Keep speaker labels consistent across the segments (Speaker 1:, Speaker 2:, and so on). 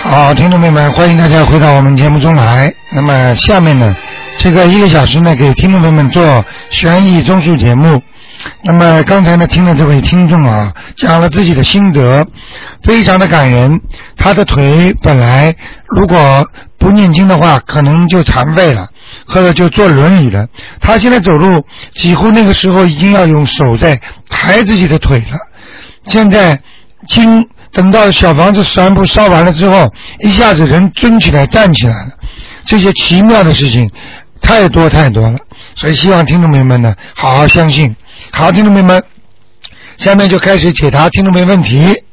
Speaker 1: 好，听众朋友们，欢迎大家回到我们节目中来。那么下面呢，这个一个小时呢，给听众朋友们做悬疑综述节目。那么刚才呢，听了这位听众啊，讲了自己的心得，非常的感人。他的腿本来如果不念经的话，可能就残废了，或者就坐轮椅了。他现在走路，几乎那个时候已经要用手在抬自己的腿了。现在经等到小房子全部烧完了之后，一下子人蹲起来、站起来了，这些奇妙的事情太多太多了。所以希望听众朋友们呢，好好相信。好，听众朋友们，下面就开始解答听众朋友问题。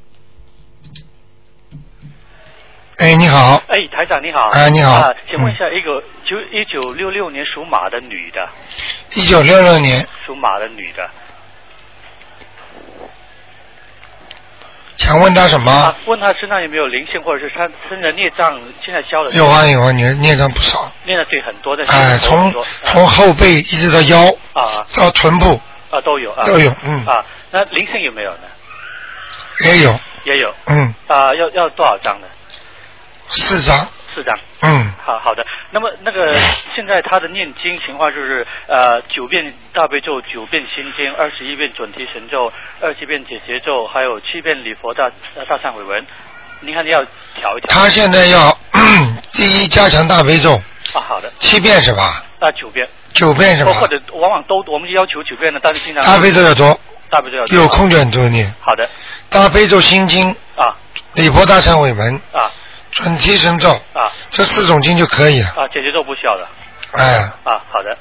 Speaker 1: 哎，你好，
Speaker 2: 哎，台长你好。
Speaker 1: 哎你好
Speaker 2: 啊，请问一下，一个九一九六六年属马的女的，
Speaker 1: 一九六六年
Speaker 2: 属马的女的，
Speaker 1: 想问他什么
Speaker 2: 啊？，问她身上有没有灵性，或者是她身上孽障，现在消了
Speaker 1: 有啊，有啊，你念障不少，
Speaker 2: 念的对很多的，
Speaker 1: 哎，从从后背一直到腰
Speaker 2: 啊
Speaker 1: 到臀部
Speaker 2: 啊都有啊
Speaker 1: 都有，嗯，
Speaker 2: 啊，那灵性有没有呢？
Speaker 1: 也有，
Speaker 2: 也有
Speaker 1: 嗯，
Speaker 2: 啊，要要多少张呢？
Speaker 1: 四张，
Speaker 2: 四张。
Speaker 1: 嗯，
Speaker 2: 好好的，那么 那个现在他的念经情况就是呃九遍大悲咒，九遍心经，二十一遍准提神咒，二十遍解结咒，还有七遍礼佛大呃大忏悔文，你看你要调一调。
Speaker 1: 他现在要嗯第一加强大悲咒
Speaker 2: 啊好的，
Speaker 1: 七遍是吧？
Speaker 2: 那九遍，
Speaker 1: 九遍是
Speaker 2: 或
Speaker 1: 吧？
Speaker 2: 或者往往都我们要求九遍的，但是经常
Speaker 1: 大悲咒要多，
Speaker 2: 大悲咒要多
Speaker 1: 有空就很多念。
Speaker 2: 好的
Speaker 1: 大悲咒心经、
Speaker 2: 啊
Speaker 1: 礼佛大忏悔文、
Speaker 2: 啊
Speaker 1: 准提神咒，
Speaker 2: 啊
Speaker 1: 这四种经就可以了。
Speaker 2: 啊解结咒不需要的
Speaker 1: 哎，
Speaker 2: 啊好的。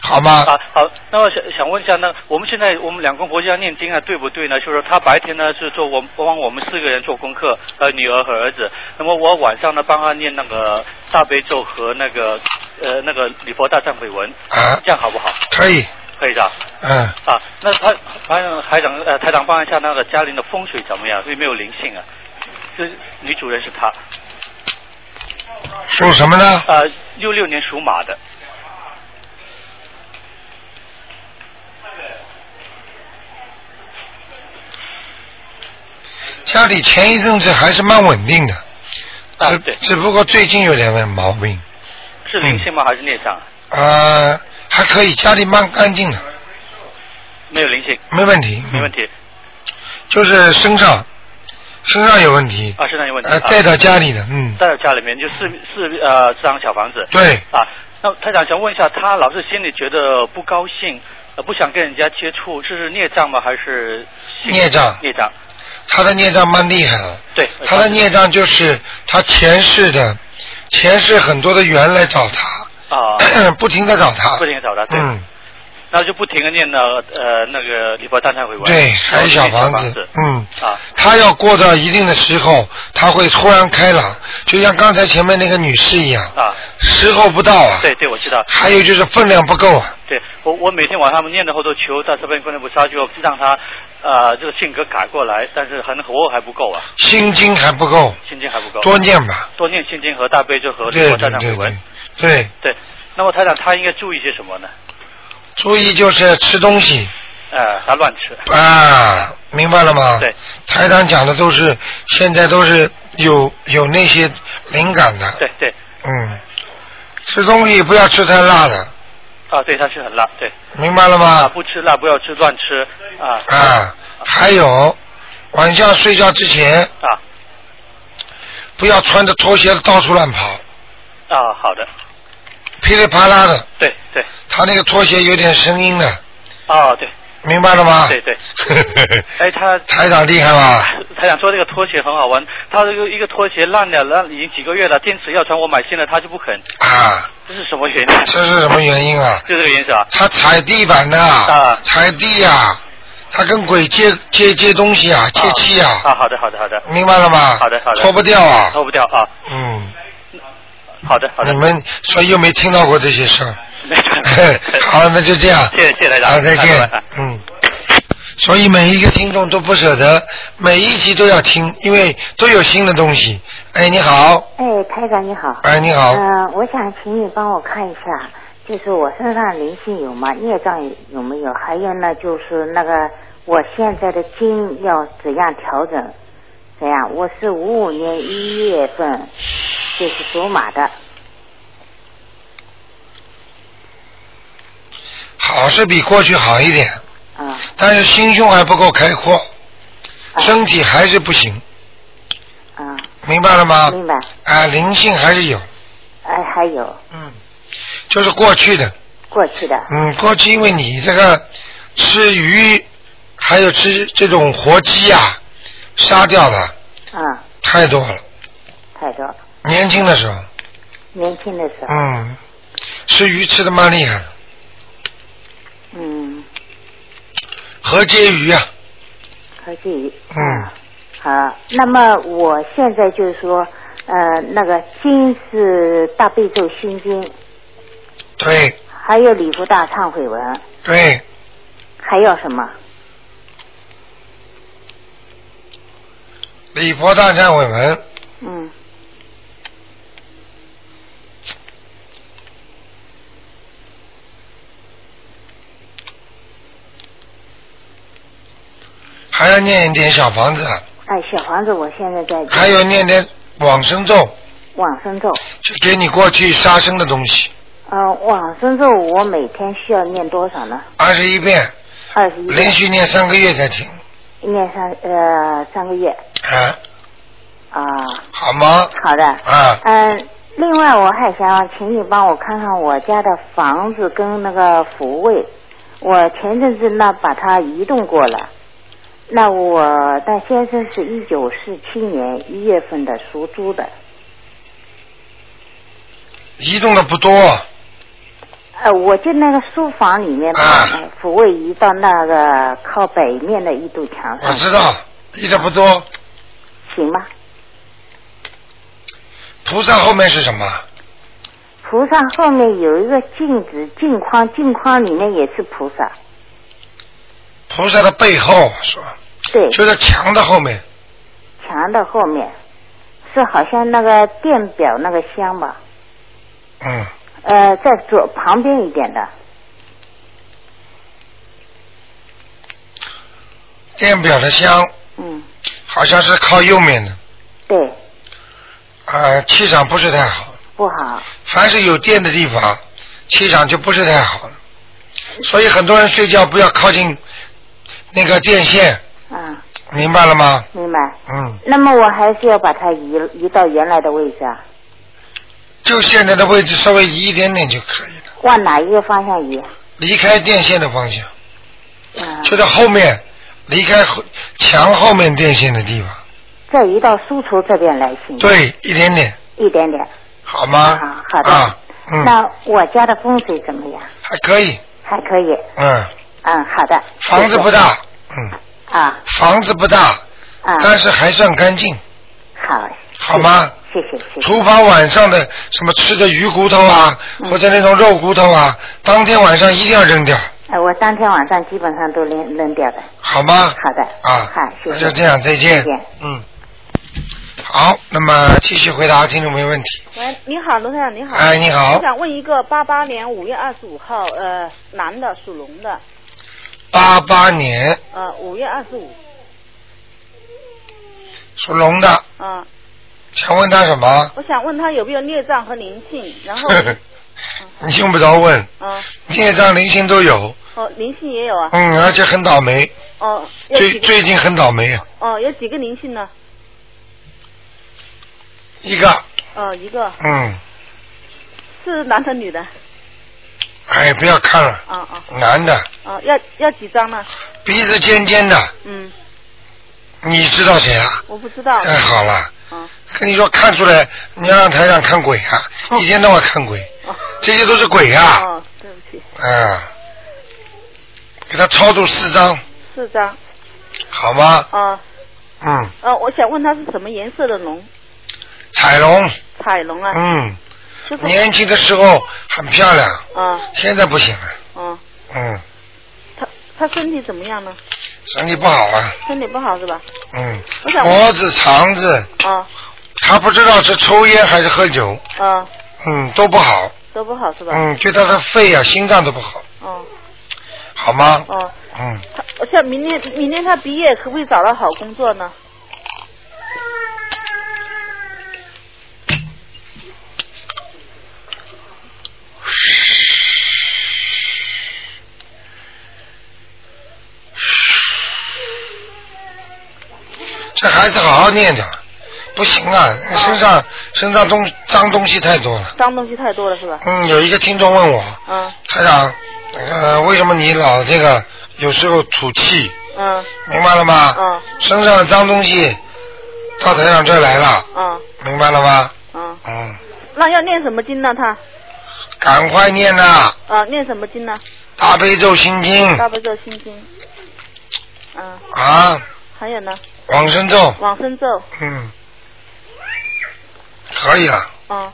Speaker 1: 好吗？
Speaker 2: 啊，好，那么想想问一下，那我们现在我们两公婆这样念经啊，对不对呢？就是说他白天呢是做我们帮我们四个人做功课，呃，女儿和儿子。那么我晚上呢帮他念那个大悲咒和那个呃那个礼佛大忏悔文，
Speaker 1: 啊，
Speaker 2: 这样好不好？
Speaker 1: 可以，
Speaker 2: 可以的
Speaker 1: 嗯，
Speaker 2: 啊。那他还有台长呃台长帮一下那个家里的风水怎么样？有没有灵性啊？这女主人是她，
Speaker 1: 属什么呢？
Speaker 2: 呃，六六年属马的，
Speaker 1: 家里前一阵子还是蛮稳定的，
Speaker 2: 啊
Speaker 1: 只
Speaker 2: 对
Speaker 1: 只不过最近有点点毛病，
Speaker 2: 是灵性吗？还是孽障啊？
Speaker 1: 啊，还可以，家里蛮干净的，
Speaker 2: 没有灵性，
Speaker 1: 没问题，嗯
Speaker 2: 没问，题
Speaker 1: 就是身上身上有问题，
Speaker 2: 啊，身上有问题
Speaker 1: 呃，
Speaker 2: 啊。
Speaker 1: 带到家里的，嗯，
Speaker 2: 带到家里面，就四四呃四张小房子
Speaker 1: 对，
Speaker 2: 啊。那他长想问一下，他老是心里觉得不高兴，呃，不想跟人家接触，这是孽障吗？还是性
Speaker 1: 孽障
Speaker 2: 孽障，
Speaker 1: 他的孽障蛮厉害的，
Speaker 2: 对，
Speaker 1: 他的孽障就是他前世的前世很多的缘来找他，
Speaker 2: 啊，
Speaker 1: 不停的找他，
Speaker 2: 不停地找他对
Speaker 1: 嗯，
Speaker 2: 然后就不停的念呢呃那个礼佛大忏悔文，
Speaker 1: 对，还有
Speaker 2: 然
Speaker 1: 小
Speaker 2: 后就念
Speaker 1: 房
Speaker 2: 房
Speaker 1: 子，嗯，
Speaker 2: 啊
Speaker 1: 他要过到一定的时候，他会突然开朗，就像刚才前面那个女士一样，
Speaker 2: 啊，
Speaker 1: 时候不到啊。
Speaker 2: 对。对，我知道，
Speaker 1: 还有就是分量不够啊，
Speaker 2: 对我我每天晚上念的后都求大慈悲观世菩萨，就让他呃这个性格改过来，但是很活还不够啊，
Speaker 1: 心经还不够，
Speaker 2: 心经还不够，
Speaker 1: 多念吧。
Speaker 2: 多念心经和大悲咒和礼
Speaker 1: 对
Speaker 2: 佛大
Speaker 1: 对
Speaker 2: 忏悔
Speaker 1: 对
Speaker 2: 文
Speaker 1: 对。，对，
Speaker 2: 对，那么台长他应该注意些什么呢？
Speaker 1: 注意就是吃东西
Speaker 2: 呃，他乱吃。
Speaker 1: 啊，明白了吗？
Speaker 2: 对。
Speaker 1: 台长讲的都是现在都是有有那些灵感的，
Speaker 2: 对对，
Speaker 1: 嗯，吃东西不要吃太辣的，
Speaker 2: 啊，对，他是很辣，对，
Speaker 1: 明白了吗？
Speaker 2: 啊，不吃辣，不要吃，乱吃，啊
Speaker 1: 啊，还有晚上睡觉之前
Speaker 2: 啊
Speaker 1: 不要穿着拖鞋到处乱跑，
Speaker 2: 啊，好的，
Speaker 1: 噼里啪啦的。
Speaker 2: 对对，
Speaker 1: 他那个拖鞋有点声音 的，
Speaker 2: 啊对
Speaker 1: 明白了吗？
Speaker 2: 对。 对，哎他。
Speaker 1: 台长厉害 吧？
Speaker 2: 他想说这个拖鞋很好玩，他这个一个拖鞋烂了，烂已经几个月了，坚持要穿，我买新的他就不肯，
Speaker 1: 啊，
Speaker 2: 这是什么原因？
Speaker 1: 这是什么原因啊？
Speaker 2: 就这个原因是吧？
Speaker 1: 他踩地板的，
Speaker 2: 啊
Speaker 1: 踩地呀、他跟鬼接接接东西啊，接气啊，
Speaker 2: 啊，好的好的好的，
Speaker 1: 明白了吗？
Speaker 2: 好的好的
Speaker 1: 脱不掉啊。
Speaker 2: 脱不掉啊，
Speaker 1: 嗯，
Speaker 2: 好的好的
Speaker 1: 你，们所以又没听到过这些事儿。
Speaker 2: 没事
Speaker 1: 好了，那就这样。
Speaker 2: 谢谢谢谢台长
Speaker 1: 好，再
Speaker 2: 拜
Speaker 1: 见
Speaker 2: 拜。
Speaker 1: 嗯。所以每一个听众都不舍得，每一集都要听，因为都有新的东西。哎，你好，
Speaker 3: 哎，台长你好。
Speaker 1: 哎，你好，
Speaker 3: 嗯、我想请你帮我看一下，就是我身上灵性有吗？孽障有没有？还有呢，就是那个我现在的经要怎样调整？谁呀、我是五五年一月份，就是属马的。
Speaker 1: 好是比过去好一点，
Speaker 3: 嗯，
Speaker 1: 但是心胸还不够开阔，身体还是不行，
Speaker 3: 啊、
Speaker 1: 明白了吗
Speaker 3: 嗯，？明白。
Speaker 1: 啊，灵性还是有，
Speaker 3: 哎，还有
Speaker 1: 嗯，就是过去的，
Speaker 3: 过去的，
Speaker 1: 嗯，过去因为你这个吃鱼，还有吃这种活鸡呀、杀掉的
Speaker 3: 嗯，
Speaker 1: 太多了，
Speaker 3: 太多。
Speaker 1: 年轻的时候，
Speaker 3: 年轻的时候，
Speaker 1: 嗯，吃鱼吃的蛮厉害的，
Speaker 3: 嗯，
Speaker 1: 河街鱼啊，
Speaker 3: 科技，
Speaker 1: 嗯，
Speaker 3: 好，啊那么我现在就是说，呃，那个经是大悲咒心经，
Speaker 1: 对
Speaker 3: 还有礼佛大忏悔文，
Speaker 1: 对，
Speaker 3: 还要什么？
Speaker 1: 李婆大忏悔文，
Speaker 3: 嗯，
Speaker 1: 还要念一点小房子，啊
Speaker 3: 哎，小房子我现在在
Speaker 1: 还有念点往生咒，
Speaker 3: 往生咒，
Speaker 1: 就给你过去杀生的东西，
Speaker 3: 呃，往生咒我每天需要念多少呢？
Speaker 1: 二十一遍，
Speaker 3: 二十一
Speaker 1: 连续念三个月才停，
Speaker 3: 念三呃三个月
Speaker 1: 啊，
Speaker 3: 啊、
Speaker 1: 好吗？
Speaker 3: 好的，
Speaker 1: 啊，
Speaker 3: 嗯、另外我还想请你帮我看看我家的房子跟那个府位，我前阵子呢把它移动过了，那我的先生是一九四七年一月份的属猪的，
Speaker 1: 移动的不多，
Speaker 3: 呃，我就那个书房里面把
Speaker 1: 啊
Speaker 3: 呃府位移到那个靠北面的一堵墙
Speaker 1: 我
Speaker 3: 上，
Speaker 1: 知道，移的不多。
Speaker 3: 嗯行吗？
Speaker 1: 菩萨后面是什么？
Speaker 3: 菩萨后面有一个镜子镜框，镜框里面也是菩萨，
Speaker 1: 菩萨的背后，我说，
Speaker 3: 对，
Speaker 1: 就在墙的后面，
Speaker 3: 墙的后面是好像那个电表那个箱吧，
Speaker 1: 嗯，
Speaker 3: 呃，在左旁边一点的，
Speaker 1: 电表的香，
Speaker 3: 嗯，
Speaker 1: 好像是靠右面的，
Speaker 3: 对，
Speaker 1: 啊，气场不是太好。
Speaker 3: 不好，
Speaker 1: 凡是有电的地方，气场就不是太好了。所以很多人睡觉不要靠近那个电线，
Speaker 3: 啊，
Speaker 1: 明白了吗？
Speaker 3: 明白。
Speaker 1: 嗯，
Speaker 3: 那么我还是要把它移移到原来的位置啊，
Speaker 1: 就现在的位置稍微移一点点就可以了，
Speaker 3: 往哪一个方向移？
Speaker 1: 离开电线的方向，
Speaker 3: 啊，
Speaker 1: 就在后面，离开后墙后面电线的地方，
Speaker 3: 再移到书橱这边来行，，
Speaker 1: 对，一点点，
Speaker 3: 一点点。
Speaker 1: 好吗？
Speaker 3: 啊好的
Speaker 1: 啊，嗯，
Speaker 3: 那我家的风水怎么样？
Speaker 1: 还可以，
Speaker 3: 还可以，
Speaker 1: 嗯，
Speaker 3: 嗯，好的。
Speaker 1: 房子不大，嗯，
Speaker 3: 谢谢啊
Speaker 1: 房子不大，
Speaker 3: 啊，
Speaker 1: 但是还算干净，
Speaker 3: 好，
Speaker 1: 好吗？
Speaker 3: 谢谢谢谢。
Speaker 1: 厨房晚上的什么吃的鱼骨头啊，
Speaker 3: 嗯
Speaker 1: 或者那种肉骨头啊，当天晚上一定要扔掉，
Speaker 3: 哎，我当天晚上基本上都扔扔掉的。
Speaker 1: 好吗？
Speaker 3: 好的
Speaker 1: 啊，
Speaker 3: 好谢谢
Speaker 1: 那就这样，再见。
Speaker 3: 再见
Speaker 1: 嗯。好，那么继续回答听众朋友问题。
Speaker 4: 喂，你好，卢台长，你好。
Speaker 1: 哎，你好
Speaker 4: 我，想问一个八八年五月二十五号，呃，男的，属龙的，
Speaker 1: 八八年
Speaker 4: 呃，五月二十五，
Speaker 1: 属龙的，
Speaker 4: 啊，
Speaker 1: 想问他什么？
Speaker 4: 我想问他有没有孽障和灵性，然后，
Speaker 3: 嗯
Speaker 1: 你用不着问，
Speaker 4: 啊，
Speaker 1: 孽障灵性都有，
Speaker 4: 哦，灵性也有啊，
Speaker 1: 嗯，而且很倒霉，
Speaker 4: 哦，有
Speaker 1: 最
Speaker 4: 几个，
Speaker 1: 最近很倒霉，啊
Speaker 4: 哦，有几个灵性呢？
Speaker 1: 一个，
Speaker 4: 哦，一个
Speaker 1: 嗯，
Speaker 4: 是男的女的？
Speaker 1: 哎，不要看了，
Speaker 4: 啊啊
Speaker 3: 哦
Speaker 1: 男的，
Speaker 4: 啊，要要几张呢？
Speaker 1: 鼻子尖尖的，
Speaker 4: 嗯，
Speaker 1: 你知道谁啊？
Speaker 4: 我不知道。
Speaker 1: 太好了，
Speaker 4: 啊，
Speaker 1: 跟你说看出来，你要让台长看鬼啊，一天到晚看鬼，
Speaker 4: 哦，
Speaker 1: 这些都是鬼啊，
Speaker 4: 哦，对不起，
Speaker 1: 啊，给他超度四张，
Speaker 4: 四张。
Speaker 1: 好吗？
Speaker 4: 啊，
Speaker 1: 嗯，
Speaker 4: 呃，我想问他是什么颜色的龙？
Speaker 1: 彩龙，
Speaker 4: 彩龙啊，
Speaker 1: 嗯，
Speaker 4: 就是
Speaker 1: 年轻的时候很漂亮，
Speaker 4: 啊，
Speaker 1: 现在不行了，
Speaker 4: 啊，
Speaker 1: 嗯，
Speaker 4: 他他身体怎么样呢？
Speaker 1: 身体不好啊，
Speaker 4: 身体不好是吧？
Speaker 1: 嗯，
Speaker 4: 我想问
Speaker 1: 脖子、肠子，
Speaker 4: 啊
Speaker 1: 他不知道是抽烟还是喝酒，
Speaker 4: 啊，
Speaker 1: 嗯，都不好，
Speaker 4: 都不好是吧？
Speaker 1: 嗯，对他的肺啊、心脏都不好，
Speaker 4: 哦
Speaker 1: 好吗？
Speaker 4: 哦，
Speaker 1: 嗯。
Speaker 4: 他我想明年明年他毕业可不可以找到好工作呢？
Speaker 1: 这孩子好好念着，不行啊，
Speaker 4: 哦
Speaker 1: 身上身上东脏东西太多了。
Speaker 4: 脏东西太多了是吧？
Speaker 1: 嗯，有一个听众问我，
Speaker 4: 嗯
Speaker 1: 台长，呃，为什么你老这个有时候吐气，
Speaker 4: 嗯
Speaker 1: 明白了吗？
Speaker 4: 嗯
Speaker 1: 身上的脏东西到台长这儿来了，
Speaker 4: 嗯
Speaker 1: 明白了吗？
Speaker 4: 嗯，
Speaker 1: 嗯，
Speaker 4: 那要念什么经呢？他
Speaker 1: 赶快念呐、
Speaker 4: 啊，念什么经呢？
Speaker 1: 大悲咒心经
Speaker 4: 大悲咒心经。嗯，
Speaker 1: 啊，
Speaker 4: 还有呢，
Speaker 1: 往生咒，
Speaker 4: 往生咒。
Speaker 1: 嗯，可以了，
Speaker 4: 嗯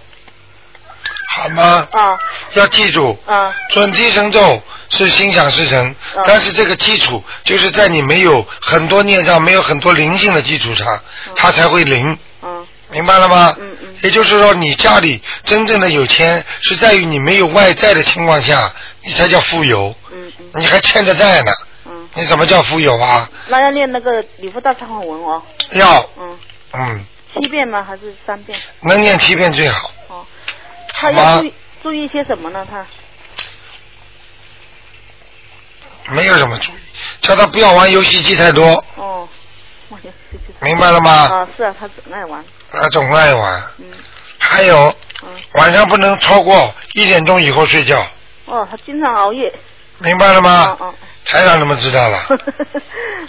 Speaker 1: 好吗？
Speaker 4: 啊
Speaker 1: 要记住，
Speaker 4: 啊
Speaker 1: 准提神咒是心想事成，
Speaker 4: 嗯
Speaker 1: 但是这个基础就是在你没有很多孽障、没有很多灵性的基础上，它才会灵，
Speaker 4: 嗯
Speaker 1: 明白了吗？
Speaker 4: 嗯嗯
Speaker 1: 也就是说，你家里真正的有钱，是在于你没有外债的情况下，你才叫富有，
Speaker 4: 嗯嗯
Speaker 1: 你还欠着债呢，
Speaker 4: 嗯，
Speaker 1: 你怎么叫富有啊？
Speaker 4: 那要念那个礼佛大忏悔文哦。
Speaker 1: 要，
Speaker 4: 嗯，
Speaker 1: 嗯，
Speaker 4: 七遍吗？还是三遍？
Speaker 1: 能念七遍最好。
Speaker 4: 哦，他
Speaker 1: 好
Speaker 4: 要
Speaker 1: 吗
Speaker 4: 注意注意些什么呢？他
Speaker 1: 没有什么注意，叫他不要玩游戏机太多，
Speaker 4: 哦，我也是就是
Speaker 1: 明白了吗？
Speaker 4: 啊，是啊，他总爱玩。
Speaker 1: 他总爱玩。
Speaker 4: 嗯
Speaker 1: 还有
Speaker 4: 嗯，
Speaker 1: 晚上不能超过一点钟以后睡觉，
Speaker 4: 哦，他经常熬夜。
Speaker 1: 明白了吗？
Speaker 4: 嗯
Speaker 1: 台长你们知道 了，
Speaker 4: 嗯。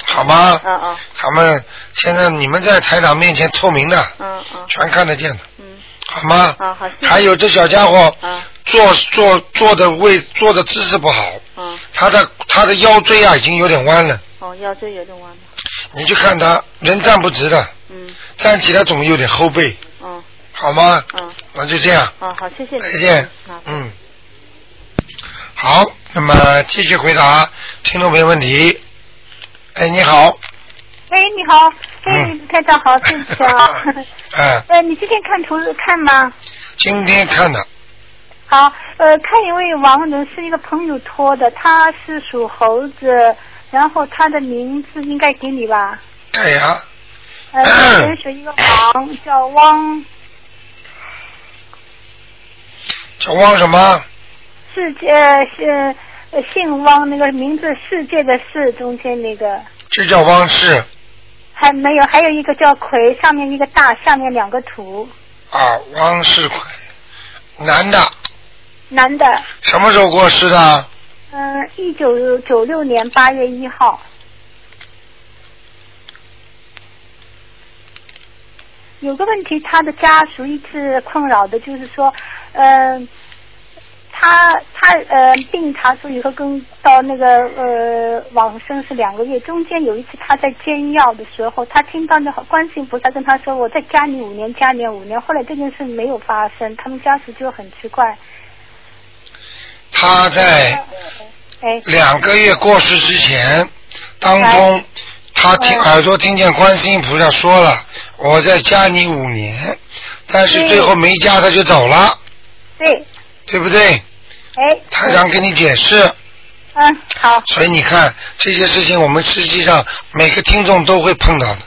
Speaker 1: 好吗？
Speaker 4: 嗯嗯
Speaker 1: 他们现在你们在台长面前透明的，
Speaker 4: 嗯嗯
Speaker 1: 全看得见的，
Speaker 4: 嗯，
Speaker 1: 好吗？
Speaker 4: 啊好谢谢
Speaker 1: 还有这小家伙
Speaker 4: 啊
Speaker 1: 坐坐坐的位坐的姿势不好，
Speaker 4: 嗯，
Speaker 1: 他的他的腰椎啊已经有点弯了，
Speaker 4: 哦，腰椎有点弯了。
Speaker 1: 你去看他人站不直的，
Speaker 4: 嗯
Speaker 1: 站起来总有点后背，
Speaker 4: 嗯
Speaker 1: 好吗？
Speaker 4: 嗯，
Speaker 1: 那就这样。
Speaker 4: 啊好，谢谢你。
Speaker 1: 再见
Speaker 4: 啊。
Speaker 1: 嗯，好，那么继续回答听众朋友问题。哎，你好。
Speaker 5: 哎，你好，哎
Speaker 1: 嗯，
Speaker 5: 台 长好，对不起啊。
Speaker 1: 嗯，
Speaker 5: 呃，你今天看图看吗？
Speaker 1: 今天看的，
Speaker 5: 好，呃，看一位亡人是一个朋友托的，他是属猴子，然后他的名字应该给你吧？
Speaker 1: 哎呀，
Speaker 5: 呃，人是一个王，叫汪，
Speaker 1: 叫汪什么？
Speaker 5: 世界呃是呃姓汪，那个名字世界的世中间那个。
Speaker 1: 就叫汪氏
Speaker 5: 还没有，还有一个叫葵，上面一个大，下面两个土，
Speaker 1: 啊，汪世奎，男的，
Speaker 5: 男的，
Speaker 1: 什么时候过世的？
Speaker 5: 嗯，一九九六年八月一号。有个问题，他的家属一直困扰的就是说，嗯、他他呃病查出以后跟到那个呃往生是两个月，中间有一次他在煎药的时候，他听到那观世音菩萨跟他说我再加你五年，加你五年，后来这件事没有发生，他们家属就很奇怪。
Speaker 1: 他在
Speaker 5: 哎，
Speaker 1: 两个月过世之前，当中他听耳朵听见观世音菩萨说了，我再加你五年，但是最后没加他就走了，
Speaker 5: 对，
Speaker 1: 对不对？
Speaker 5: 哎，
Speaker 1: 台长给你解释，
Speaker 5: 嗯，好，
Speaker 1: 所以你看这些事情，我们实际上每个听众都会碰到的。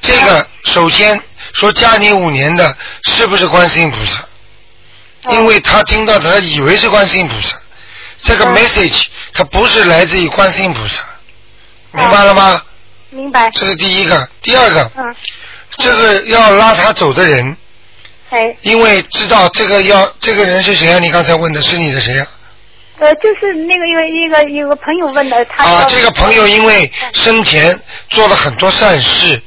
Speaker 1: 这
Speaker 5: 嗯
Speaker 1: 个首先说加你五年的是不是观世音菩萨？
Speaker 5: 嗯
Speaker 1: 因为他听到的他以为是观世音菩萨，这个
Speaker 5: 嗯
Speaker 1: message 它不是来自于观世音菩萨，明白了吗？
Speaker 5: 明白，
Speaker 1: 这是第一个，第二个，
Speaker 5: 嗯嗯，
Speaker 1: 这个要拉他走的人，
Speaker 5: 哎，
Speaker 1: 因为知道这个要这个人是谁啊？你刚才问的是你的谁啊？
Speaker 5: 呃，就是那个一个一个有个朋友问的，他
Speaker 1: 啊，
Speaker 5: 说
Speaker 1: 这个朋友因为生前做了很多善事，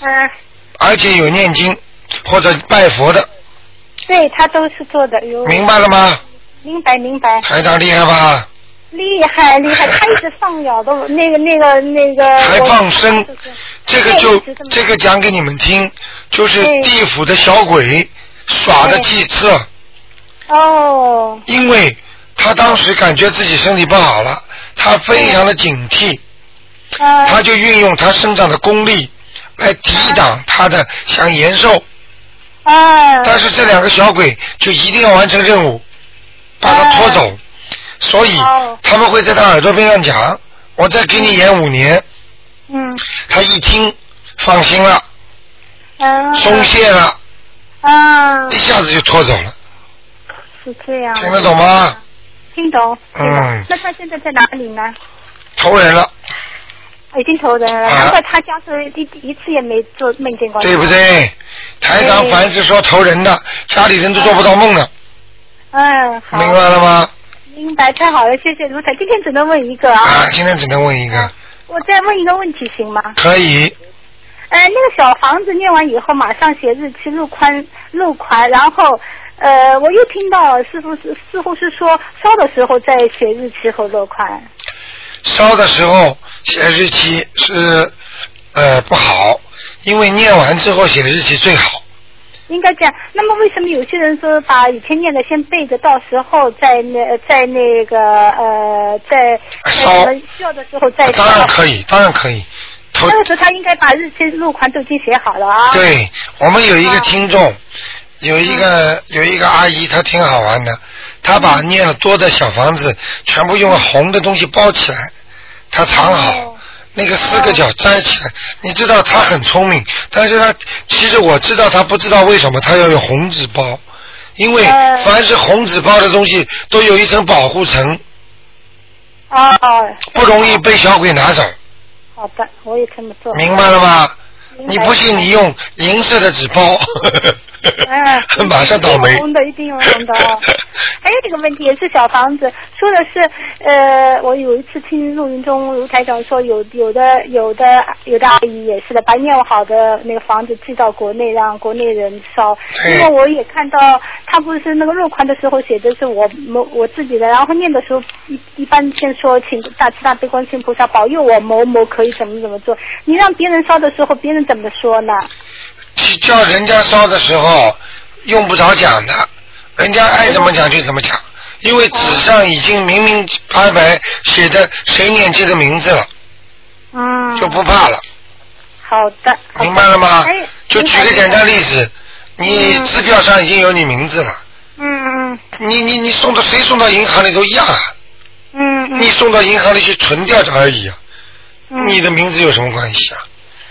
Speaker 5: 嗯，
Speaker 1: 而且有念经或者拜佛的，
Speaker 5: 对他都是做的，有
Speaker 1: 明白了吗？
Speaker 5: 明白明白，
Speaker 1: 台长厉害吧？
Speaker 5: 厉害厉害，他一直放鸟的，那个那个那个，
Speaker 1: 还
Speaker 5: 我
Speaker 1: 放生，这个就
Speaker 5: 对一直这么
Speaker 1: 这个讲给你们听，就是
Speaker 5: 对
Speaker 1: 地府的小鬼耍的计策。
Speaker 5: 哦，
Speaker 1: 因为他当时感觉自己身体不好了，他非常的警惕，
Speaker 5: 呃，
Speaker 1: 他就运用他身上的功力来抵挡他的想延寿。
Speaker 5: 啊，
Speaker 1: 但是这两个小鬼就一定要完成任务，把他拖走，所以
Speaker 5: 哦
Speaker 1: 他们会在他耳朵边上讲：“我再给你演五年。
Speaker 5: 嗯”
Speaker 1: 他一听，放心了，
Speaker 5: 嗯，
Speaker 1: 松懈了，
Speaker 5: 啊
Speaker 1: 一，下子就拖走了。
Speaker 5: 是这样，
Speaker 1: 听得懂吗？
Speaker 5: 听懂，听懂
Speaker 1: 嗯
Speaker 5: 那他现在在哪里呢？
Speaker 1: 投人了，
Speaker 5: 已经投人了，
Speaker 1: 啊
Speaker 5: 难怪他家是一一次也没做梦见过。
Speaker 1: 对不？对？台长凡是说投人的，家里人都做不到梦的，
Speaker 5: 嗯，好，
Speaker 1: 明白了吗？
Speaker 5: 明白，太好了，谢谢卢台。今天只能问一个啊，
Speaker 1: 啊，今天只能问一个，
Speaker 5: 我再问一个问题行吗？
Speaker 1: 可以，
Speaker 5: 呃，那个小房子念完以后，马上写日期入款入款，然后呃，我又听到师傅是似乎是说烧的时候再写日期和落款。
Speaker 1: 烧的时候写日期是呃不好，因为念完之后写日期最好，
Speaker 5: 应该这样。那么为什么有些人说把以前念的先背着，到时候再那再那个呃在
Speaker 1: 烧
Speaker 5: 我们需要的时候再
Speaker 1: 当然
Speaker 5: 烧？
Speaker 1: 可以，当然可以，投
Speaker 5: 那个时候他应该把日期入款都已经写好了啊。
Speaker 1: 对我们有一个听众，有一个有一个阿姨，她挺好玩的，她把念了多的小房子全部用了红的东西包起来，她藏好
Speaker 5: 哦。
Speaker 1: 那个四个角摘起来，你知道她很聪明，但是她其实我知道她不知道为什么她要用红纸包，因为
Speaker 5: 呃
Speaker 1: 凡是红纸包的东西都有一层保护层，
Speaker 5: 哦，
Speaker 1: 不容
Speaker 5: 嗯
Speaker 1: 易被小鬼拿走，
Speaker 5: 好的，我也这么做。
Speaker 1: 明白了吗？
Speaker 5: 明白
Speaker 1: 你不信你用银色的纸包，
Speaker 5: 嗯
Speaker 1: 马上倒霉。
Speaker 5: 一定有红的，一定有 红的哦。还有这个问题也是小房子，说的是呃，我有一次听录音中卢台长说有有的有的有的阿姨也是的，把念好的那个房子寄到国内，让国内人烧。
Speaker 1: 对
Speaker 5: 因为我也看到他不是那个入款的时候写的是我某我自己的，然后念的时候一一般先说请大慈大悲观世音菩萨保佑我某某可以怎么怎么做，你让别人烧的时候别人怎么说呢？
Speaker 1: 去叫人家烧的时候，用不着讲的，人家爱怎么讲就怎么讲，因为纸上已经明明白白写的谁念这个名字了，
Speaker 5: 嗯，
Speaker 1: 就不怕了，
Speaker 5: 好的，好的
Speaker 1: 明白了吗
Speaker 5: 哎？
Speaker 1: 就举个简单例子，你支票上已经有你名字了，
Speaker 5: 嗯嗯
Speaker 1: 你你你送到谁送到银行里都一样啊，
Speaker 5: 嗯嗯，
Speaker 1: 你送到银行里去存掉而已啊，
Speaker 5: 嗯
Speaker 1: 你的名字有什么关系啊？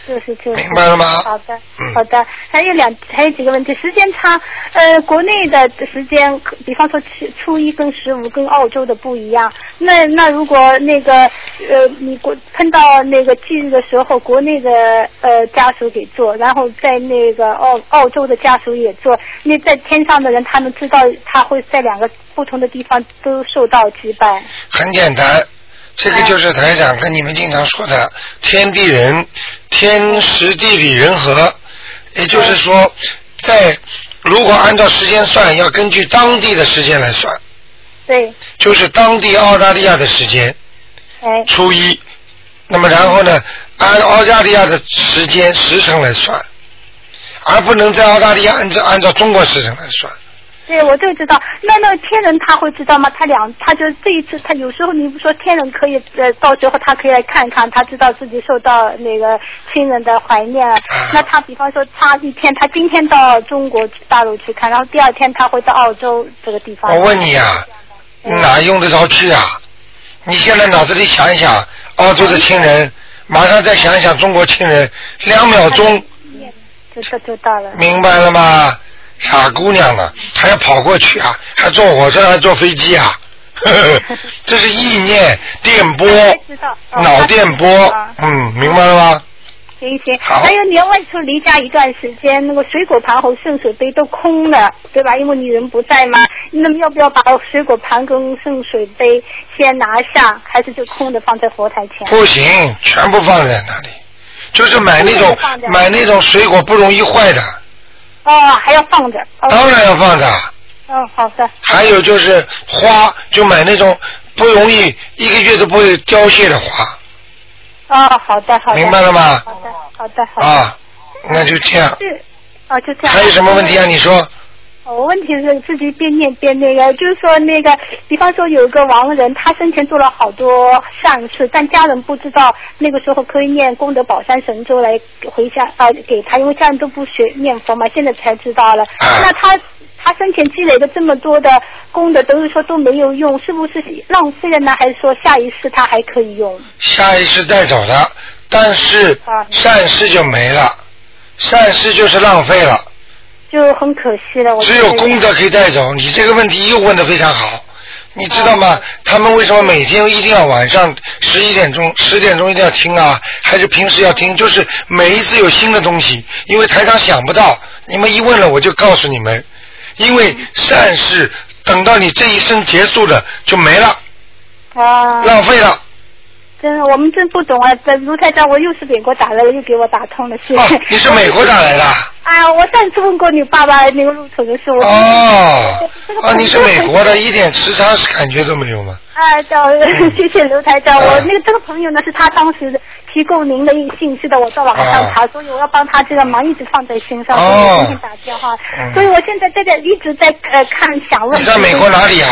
Speaker 5: 就是就是，
Speaker 1: 明白了吗
Speaker 5: 好的
Speaker 1: 嗯，
Speaker 5: 好的，还有两还有几个问题，时间差，呃，国内的时间，比方说初初一跟十五跟澳洲的不一样，那那如果那个呃你国碰到那个忌日的时候，国内的呃家属给做，然后在那个澳澳洲的家属也做，那在天上的人他们知道他会在两个不同的地方都受到击败，
Speaker 1: 很简单，这个就是台长跟你们经常说的天地人，天时地利人和，也就是说，在如果按照时间算，要根据当地的时间来算，
Speaker 6: 哎
Speaker 5: 对，
Speaker 1: 就是当地澳大利亚的时间
Speaker 5: 哎，
Speaker 1: 初一，那么然后呢，按澳大利亚的时间时辰来算，而不能在澳大利亚按照按照中国时辰来算。
Speaker 5: 对，我就知道。那那天人他会知道吗？他两，他就这一次，他有时候你不说天人可以，呃，到时候他可以来看看，他知道自己受到那个亲人的怀念。啊
Speaker 1: 啊
Speaker 5: 那他比方说，他一天，他今天到中国大陆去看，然后第二天他会到澳洲这个地方。
Speaker 1: 我问你啊，
Speaker 5: 嗯
Speaker 1: 哪用得着去啊？你现在脑子里想一想，澳洲的亲人，马上再想一想中国亲人，两秒钟，
Speaker 5: 就就就到了。
Speaker 1: 明白了吗？傻姑娘啊，还要跑过去啊，还坐火车，还坐飞机啊， 呵呵这是意念电波，
Speaker 5: 知道。哦
Speaker 1: 脑电波
Speaker 5: 啊，
Speaker 1: 嗯，明白了吗？
Speaker 5: 行行，
Speaker 1: 好
Speaker 5: 还有你要外出离家一段时间，那个水果盘和圣水杯都空了，对吧？因为你人不在嘛，那么要不要把水果盘跟圣水杯先拿下，还是就空的放在佛台前？
Speaker 1: 不行，全部放在那里，就是买那种
Speaker 5: 全部放着
Speaker 1: 买那种水果不容易坏的，
Speaker 5: 哦，还要放着。哦，
Speaker 1: 当然要放着。
Speaker 5: 嗯，好的，
Speaker 1: 还有就是花，就买那种不容易一个月都不会凋谢的花，
Speaker 5: 哦，好的，好的。
Speaker 1: 明白了吗？
Speaker 5: 好的，好的，好的。
Speaker 1: 啊，那就这样。
Speaker 5: 哦是，哦，就这样。
Speaker 1: 还有什么问题啊？你说
Speaker 5: 我哦问题是自己边念边那个，就是说那个，比方说有一个亡人，他生前做了好多善事，但家人不知道，那个时候可以念功德宝山神咒来回家啊、给他，因为家人都不学念佛嘛，现在才知道了。
Speaker 1: 啊
Speaker 5: 那他他生前积累的这么多的功德，都是说都没有用，是不是浪费了呢？还是说下一世他还可以用？
Speaker 1: 下一世带走的，但是
Speaker 5: 啊
Speaker 1: 善事就没了，善事就是浪费了，
Speaker 5: 就很可惜了。我
Speaker 1: 只有功德可以带走。你这个问题又问得非常好，你知道
Speaker 5: 啊
Speaker 1: 吗？他们为什么每天一定要晚上十一点钟、十点钟一定要听啊？还是平时要听？就是每一次有新的东西，因为台长想不到，你们一问了我就告诉你们。因为善事等到你这一生结束了就没了，
Speaker 5: 啊，
Speaker 1: 浪费了。
Speaker 5: 真的我们真不懂啊！这卢台长，我又是美国打来了，又给我打通了，谢
Speaker 1: 哦
Speaker 5: 谢。，
Speaker 1: 你是美国打来的啊？
Speaker 5: 啊，我上次问过你爸爸那个路途的事，我
Speaker 1: 哦
Speaker 5: 这个，
Speaker 1: 啊，你是美国 的，
Speaker 5: 朋友
Speaker 1: 一点时差是感觉都没有吗？
Speaker 5: 啊，叫 谢谢刘台长，
Speaker 1: 啊
Speaker 5: 我那个这个朋友呢是他当时提供您的一个信息的，我到网上查，所以我要帮他这个忙一直放在心
Speaker 1: 啊
Speaker 5: 上，
Speaker 1: 哦
Speaker 5: 所以我今天打电话，
Speaker 1: 嗯
Speaker 5: 所以我现在在这一直在呃看想问。
Speaker 1: 你在美国哪里啊？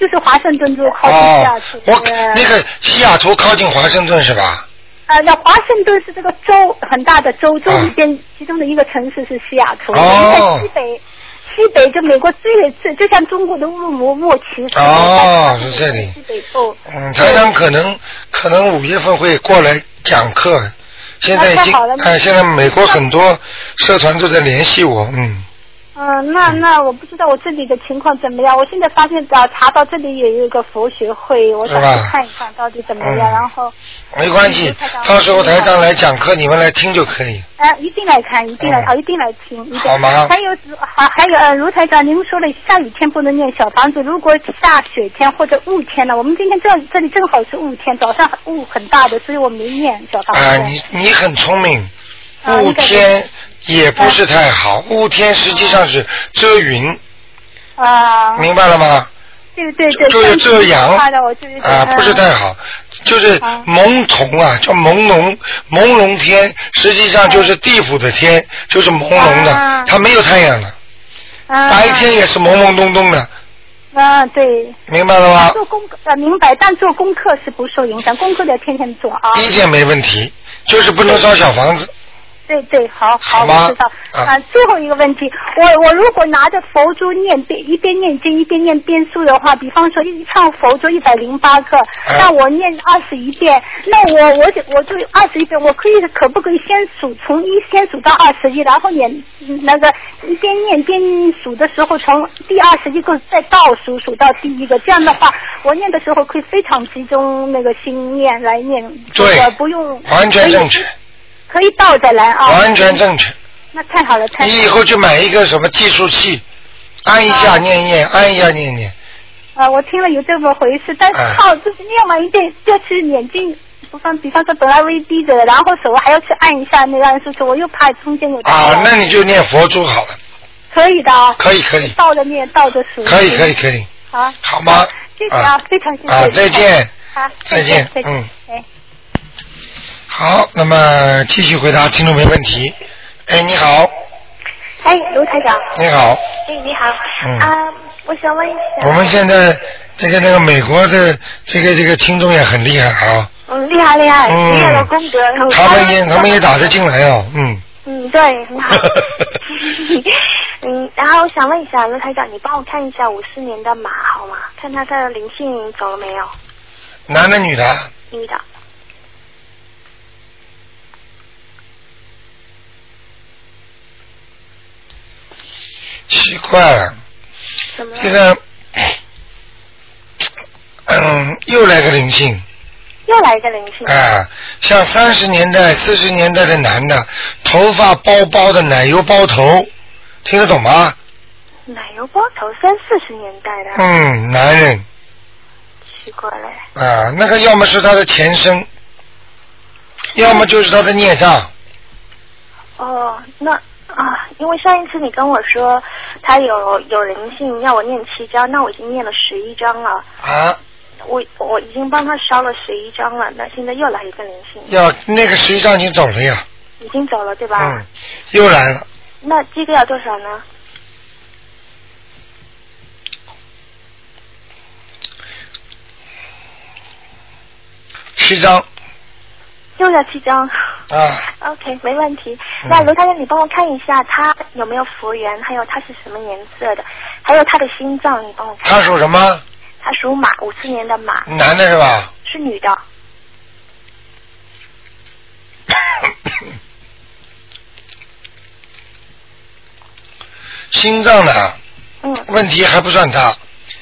Speaker 5: 就是华盛顿州靠近西雅
Speaker 1: 哦
Speaker 5: 图，
Speaker 1: 我
Speaker 5: 的
Speaker 1: 那个西雅图靠近华盛顿是吧？
Speaker 5: 呃，那华盛顿是这个州很大的州，州
Speaker 1: 啊
Speaker 5: 里边其中的一个城市是西雅图，
Speaker 1: 哦
Speaker 5: 在西北。西北就美国最最就像中国的乌鲁木莫奇斯
Speaker 1: 哦是这里
Speaker 5: 西北部。
Speaker 1: 嗯，台长可能可能五月份会过来讲课，现在已经
Speaker 5: 啊太好了
Speaker 1: 哎，现在美国很多社团都在联系我，嗯，
Speaker 5: 嗯，那那我不知道我这里的情况怎么样。我现在发现到查到这里也有一个佛学会，我想
Speaker 1: 是吧
Speaker 5: 去看一看到底怎么样。
Speaker 1: 嗯
Speaker 5: 然后，
Speaker 1: 没关系
Speaker 5: 嗯台，长
Speaker 1: 到时候台长来讲课，你们来听就可以。
Speaker 5: 哎、一定来看，一定来，
Speaker 1: 嗯
Speaker 5: 啊，一定来听，一定。
Speaker 1: 好吗
Speaker 5: 还有，还还有，呃，卢台长，您说了下雨天不能念小房子，如果下雪天或者雾天呢？我们今天这这里正好是雾天，早上雾很大的，所以我没念小房子。
Speaker 1: 啊，你你很聪明，
Speaker 5: 哦啊
Speaker 1: 雾
Speaker 5: 应该是
Speaker 1: 天也
Speaker 5: 嗯
Speaker 1: 不是太好，雾天实际上是遮云，
Speaker 5: 哦啊，
Speaker 1: 明白了吗？
Speaker 5: 对对对，
Speaker 1: 就是遮阳
Speaker 5: 看到我就是
Speaker 1: 啊，不
Speaker 5: 嗯
Speaker 1: 是太好，就是
Speaker 5: 啊
Speaker 1: 朦胧啊，叫朦胧，朦胧天，实际上就是地府的天，就是朦胧的
Speaker 5: 啊，
Speaker 1: 它没有太阳了，白
Speaker 5: 白
Speaker 1: 天也是朦朦胧胧的，
Speaker 5: 啊，对。
Speaker 1: 明白了吗？
Speaker 5: 做功课呃明白，但做功课是不受影响，功课要天天做啊。
Speaker 1: 一点没问题，就是不能烧小房子，
Speaker 5: 对对，好
Speaker 1: 好吗
Speaker 5: 我知道。
Speaker 1: 啊
Speaker 5: 啊，最后一个问题，我我如果拿着佛珠念边一边念经一边念边书的话，比方说一唱佛珠一百零八个，
Speaker 1: 啊
Speaker 5: 那我念二十一遍，那我我就我就二十一遍，我可以可不可以先数从一先数到二十一，然后念嗯那个一边念边数的时候，从第二十一个再倒数数到第一个，这样的
Speaker 1: 啊
Speaker 5: 话，我念的时候可以非常集中那个心念来念，
Speaker 1: 对
Speaker 5: 我不用
Speaker 1: 完全正
Speaker 5: 哎
Speaker 1: 确，
Speaker 5: 可以倒着来啊，
Speaker 1: 完全正确。
Speaker 5: 那太好了，太好
Speaker 1: 你
Speaker 5: 了
Speaker 1: 以后就买一个什么计数器，按一下
Speaker 5: 啊
Speaker 1: 念一念，按一下念一念，
Speaker 5: 啊！我听了有这么回事，但是
Speaker 1: 哎
Speaker 5: 靠就是念完一遍，就是眼睛，不方，比方说本来微闭着的，然后手还要去按一下那个按数器，我又怕中间有
Speaker 1: 啊
Speaker 5: 障，碍
Speaker 1: 那你就念佛珠好了，
Speaker 5: 可以的啊，
Speaker 1: 可以可以
Speaker 5: 倒着念，倒着数，
Speaker 1: 可以可以可以，
Speaker 5: 好，
Speaker 1: 好吗？
Speaker 5: 谢谢啊，
Speaker 1: 啊
Speaker 5: 非常谢谢，
Speaker 1: 啊，再见。
Speaker 5: 好，
Speaker 1: 再见
Speaker 5: 再见，
Speaker 1: 嗯
Speaker 5: 哎。
Speaker 1: 好，那么继续回答听众朋友问题。哎，你好，
Speaker 7: 哎，卢台长，
Speaker 1: 你好，
Speaker 7: 哎，你好，
Speaker 1: 嗯
Speaker 7: 啊，我想问一
Speaker 1: 我
Speaker 7: 下，
Speaker 1: 们现在这个那个美国的这个这个听众也很厉害啊，
Speaker 7: 嗯，厉害厉害，
Speaker 1: 嗯
Speaker 7: 立了功德，
Speaker 5: 哦
Speaker 7: 然后
Speaker 1: 他们也他们也打得进来哦，嗯，
Speaker 7: 嗯，对，很好， 嗯，然后我想问一下卢台长，你帮我看一下五四年的马好吗？看他的灵性走了没有？
Speaker 1: 男的女的，
Speaker 7: 女的，
Speaker 1: 奇怪了，
Speaker 7: 怎么
Speaker 1: 这
Speaker 7: 了？
Speaker 1: 个，嗯，又来个灵性
Speaker 7: 又来一个灵性，
Speaker 1: 啊，像三十年代、四十年代的男的，头发包包的奶油包头，听得懂吗？
Speaker 7: 奶油包头，三四十年代的，
Speaker 1: 嗯，男人。
Speaker 7: 奇怪嘞，
Speaker 1: 啊，那个要么是他的前身，要么就是他的孽障。
Speaker 7: 哦，那啊，因为上一次你跟我说他有有灵性，要我念七章，那我已经念了十一章了。
Speaker 1: 啊，
Speaker 7: 我我已经帮他烧了十一张了，那现在又来一个灵性，
Speaker 1: 要那个实际上已经走了呀，
Speaker 7: 已经走了对吧？
Speaker 1: 嗯，又来了，
Speaker 7: 那这个要多少呢？
Speaker 1: 七张
Speaker 7: 又要七张。
Speaker 1: 啊，
Speaker 7: OK，没问题。
Speaker 1: 嗯
Speaker 7: 那卢太太，你帮我看一下他有没有佛缘，还有他是什么颜色的，还有他的心脏，你帮我看。
Speaker 1: 他属什么？
Speaker 7: 他属马，五四年的马，
Speaker 1: 男的是吧？
Speaker 7: 是女的。
Speaker 1: 心脏的
Speaker 7: 嗯嗯
Speaker 1: 问题还不算大，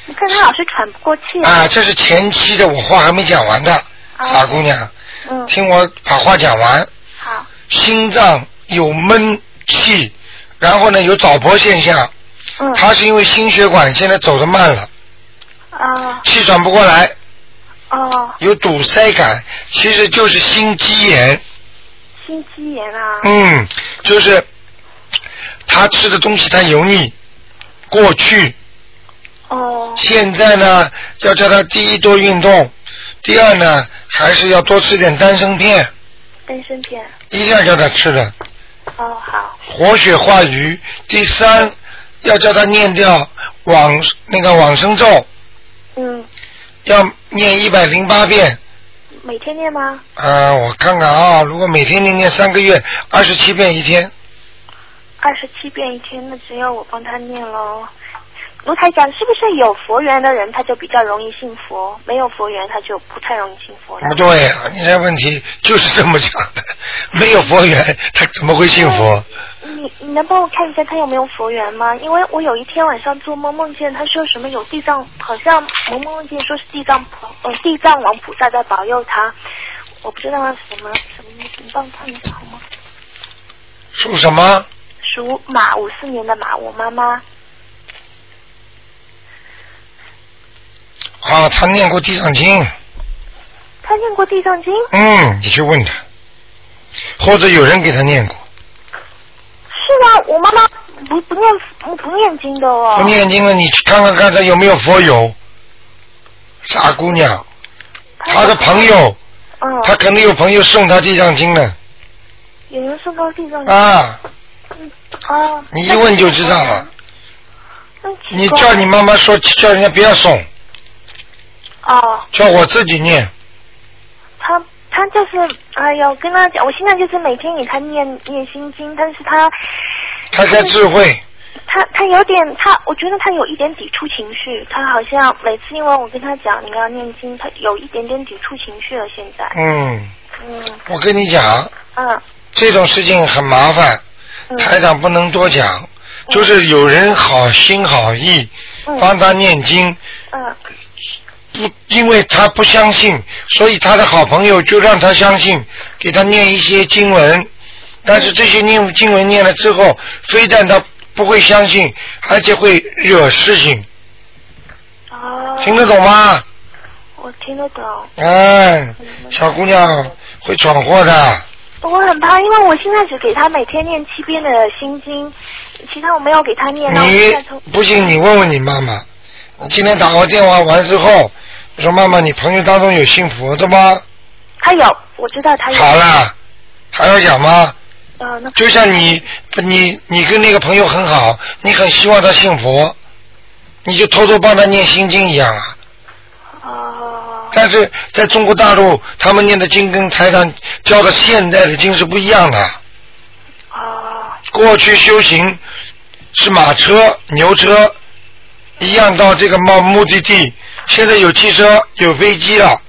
Speaker 7: 你看他老是喘不过气
Speaker 1: 啊，这是前期的，我话还没讲完的，傻姑娘，
Speaker 7: 啊嗯，
Speaker 1: 听我把话讲完。
Speaker 7: 好，
Speaker 1: 心脏有闷气，然后呢有早搏现象，
Speaker 7: 嗯，
Speaker 1: 它是因为心血管现在走得慢了，
Speaker 7: 啊，
Speaker 1: 气喘不过来，
Speaker 7: 哦，
Speaker 1: 有堵塞感，其实就是心肌炎。
Speaker 7: 心肌炎啊，
Speaker 1: 嗯，就是他吃的东西太油腻，过去
Speaker 7: 哦，
Speaker 1: 现在呢，要叫他第一多运动，第二呢还是要多吃点丹参片，
Speaker 7: 丹参片，
Speaker 1: 一定要叫他吃的
Speaker 7: 哦，好，
Speaker 1: 活血化瘀。第三，要叫他念掉往那个往生咒，
Speaker 7: 嗯，
Speaker 1: 要念一百零八遍。
Speaker 7: 每天念吗？
Speaker 1: 啊、我看看啊，如果每天念念三个月，二十七遍一天，
Speaker 7: 二十七遍一天，那只有我帮他念喽。卢台长，是不是有佛缘的人他就比较容易信佛，没有佛缘他就不太容易信佛了
Speaker 1: 不？对啊，你这问题就是这么讲的，没有佛缘，他怎么会信佛？
Speaker 7: 你你能帮我看一下他有没有佛缘吗？因为我有一天晚上做梦，梦见他说什么有地藏，好像我梦见说是地藏菩，嗯，地藏王菩萨在保佑他，我不知道他什么什么意思，你帮我看一下好吗？
Speaker 1: 属什么？
Speaker 7: 属马，五四年的马，我妈妈。
Speaker 1: 啊，他念过地藏经，
Speaker 7: 他念过地藏经，
Speaker 1: 嗯，你去问他，或者有人给他念过。
Speaker 7: 是吗？我妈妈不不念不念经的哦。
Speaker 1: 不念经了，你去看看看他有没有佛友。傻姑娘，他的朋友，
Speaker 7: 嗯，
Speaker 1: 他肯定有朋友送他地藏经的
Speaker 7: 有人送到地藏经
Speaker 1: 啊，
Speaker 7: 哦，
Speaker 1: 你一问就知道了。
Speaker 7: 那奇怪。
Speaker 1: 你叫你妈妈说，叫人家不要送，
Speaker 7: 哦，
Speaker 1: 叫我自己念。
Speaker 7: 他他就是哎呦，跟他讲，我现在就是每天给他念念心经，但是他
Speaker 1: 开开智慧，
Speaker 7: 他他有点他，我觉得他有一点抵触情绪，他好像每次因为我跟他讲你要念经，他有一点点抵触情绪了。现在，
Speaker 1: 嗯，
Speaker 7: 嗯
Speaker 1: 我跟你讲，
Speaker 7: 嗯
Speaker 1: 这种事情很麻烦，
Speaker 7: 嗯
Speaker 1: 台长不能多讲，就是有人好心好意帮
Speaker 7: 嗯
Speaker 1: 他念经，
Speaker 7: 嗯
Speaker 1: 不，因为他不相信，所以他的好朋友就让他相信，给他念一些经文。但是这些念经文念了之后，非但他不会相信，而且会惹事情，
Speaker 7: 哦，
Speaker 1: 听得懂吗？
Speaker 7: 我听得懂。
Speaker 1: 哎，小姑娘会闯祸的。
Speaker 7: 我很怕，因为我现在只给他每天念七遍的心经，其他我没有给他念。然后我现在从嗯
Speaker 1: 你不信，你问问你妈妈。你今天打过电话完之后，我说妈妈，你朋友当中有信佛的吗？
Speaker 7: 他有，我知道他有。
Speaker 1: 好了，还要讲吗？
Speaker 7: 呃，那
Speaker 1: 就像你，你你跟那个朋友很好，你很希望他信佛，你就偷偷帮他念心经一样啊。
Speaker 7: 哦，
Speaker 1: 但是在中国大陆，他们念的经跟台上教的现代的经是不一样的。
Speaker 7: 哦，
Speaker 1: 过去修行是马车、牛车，一样到这个目目的地。现在有汽车、有飞机了，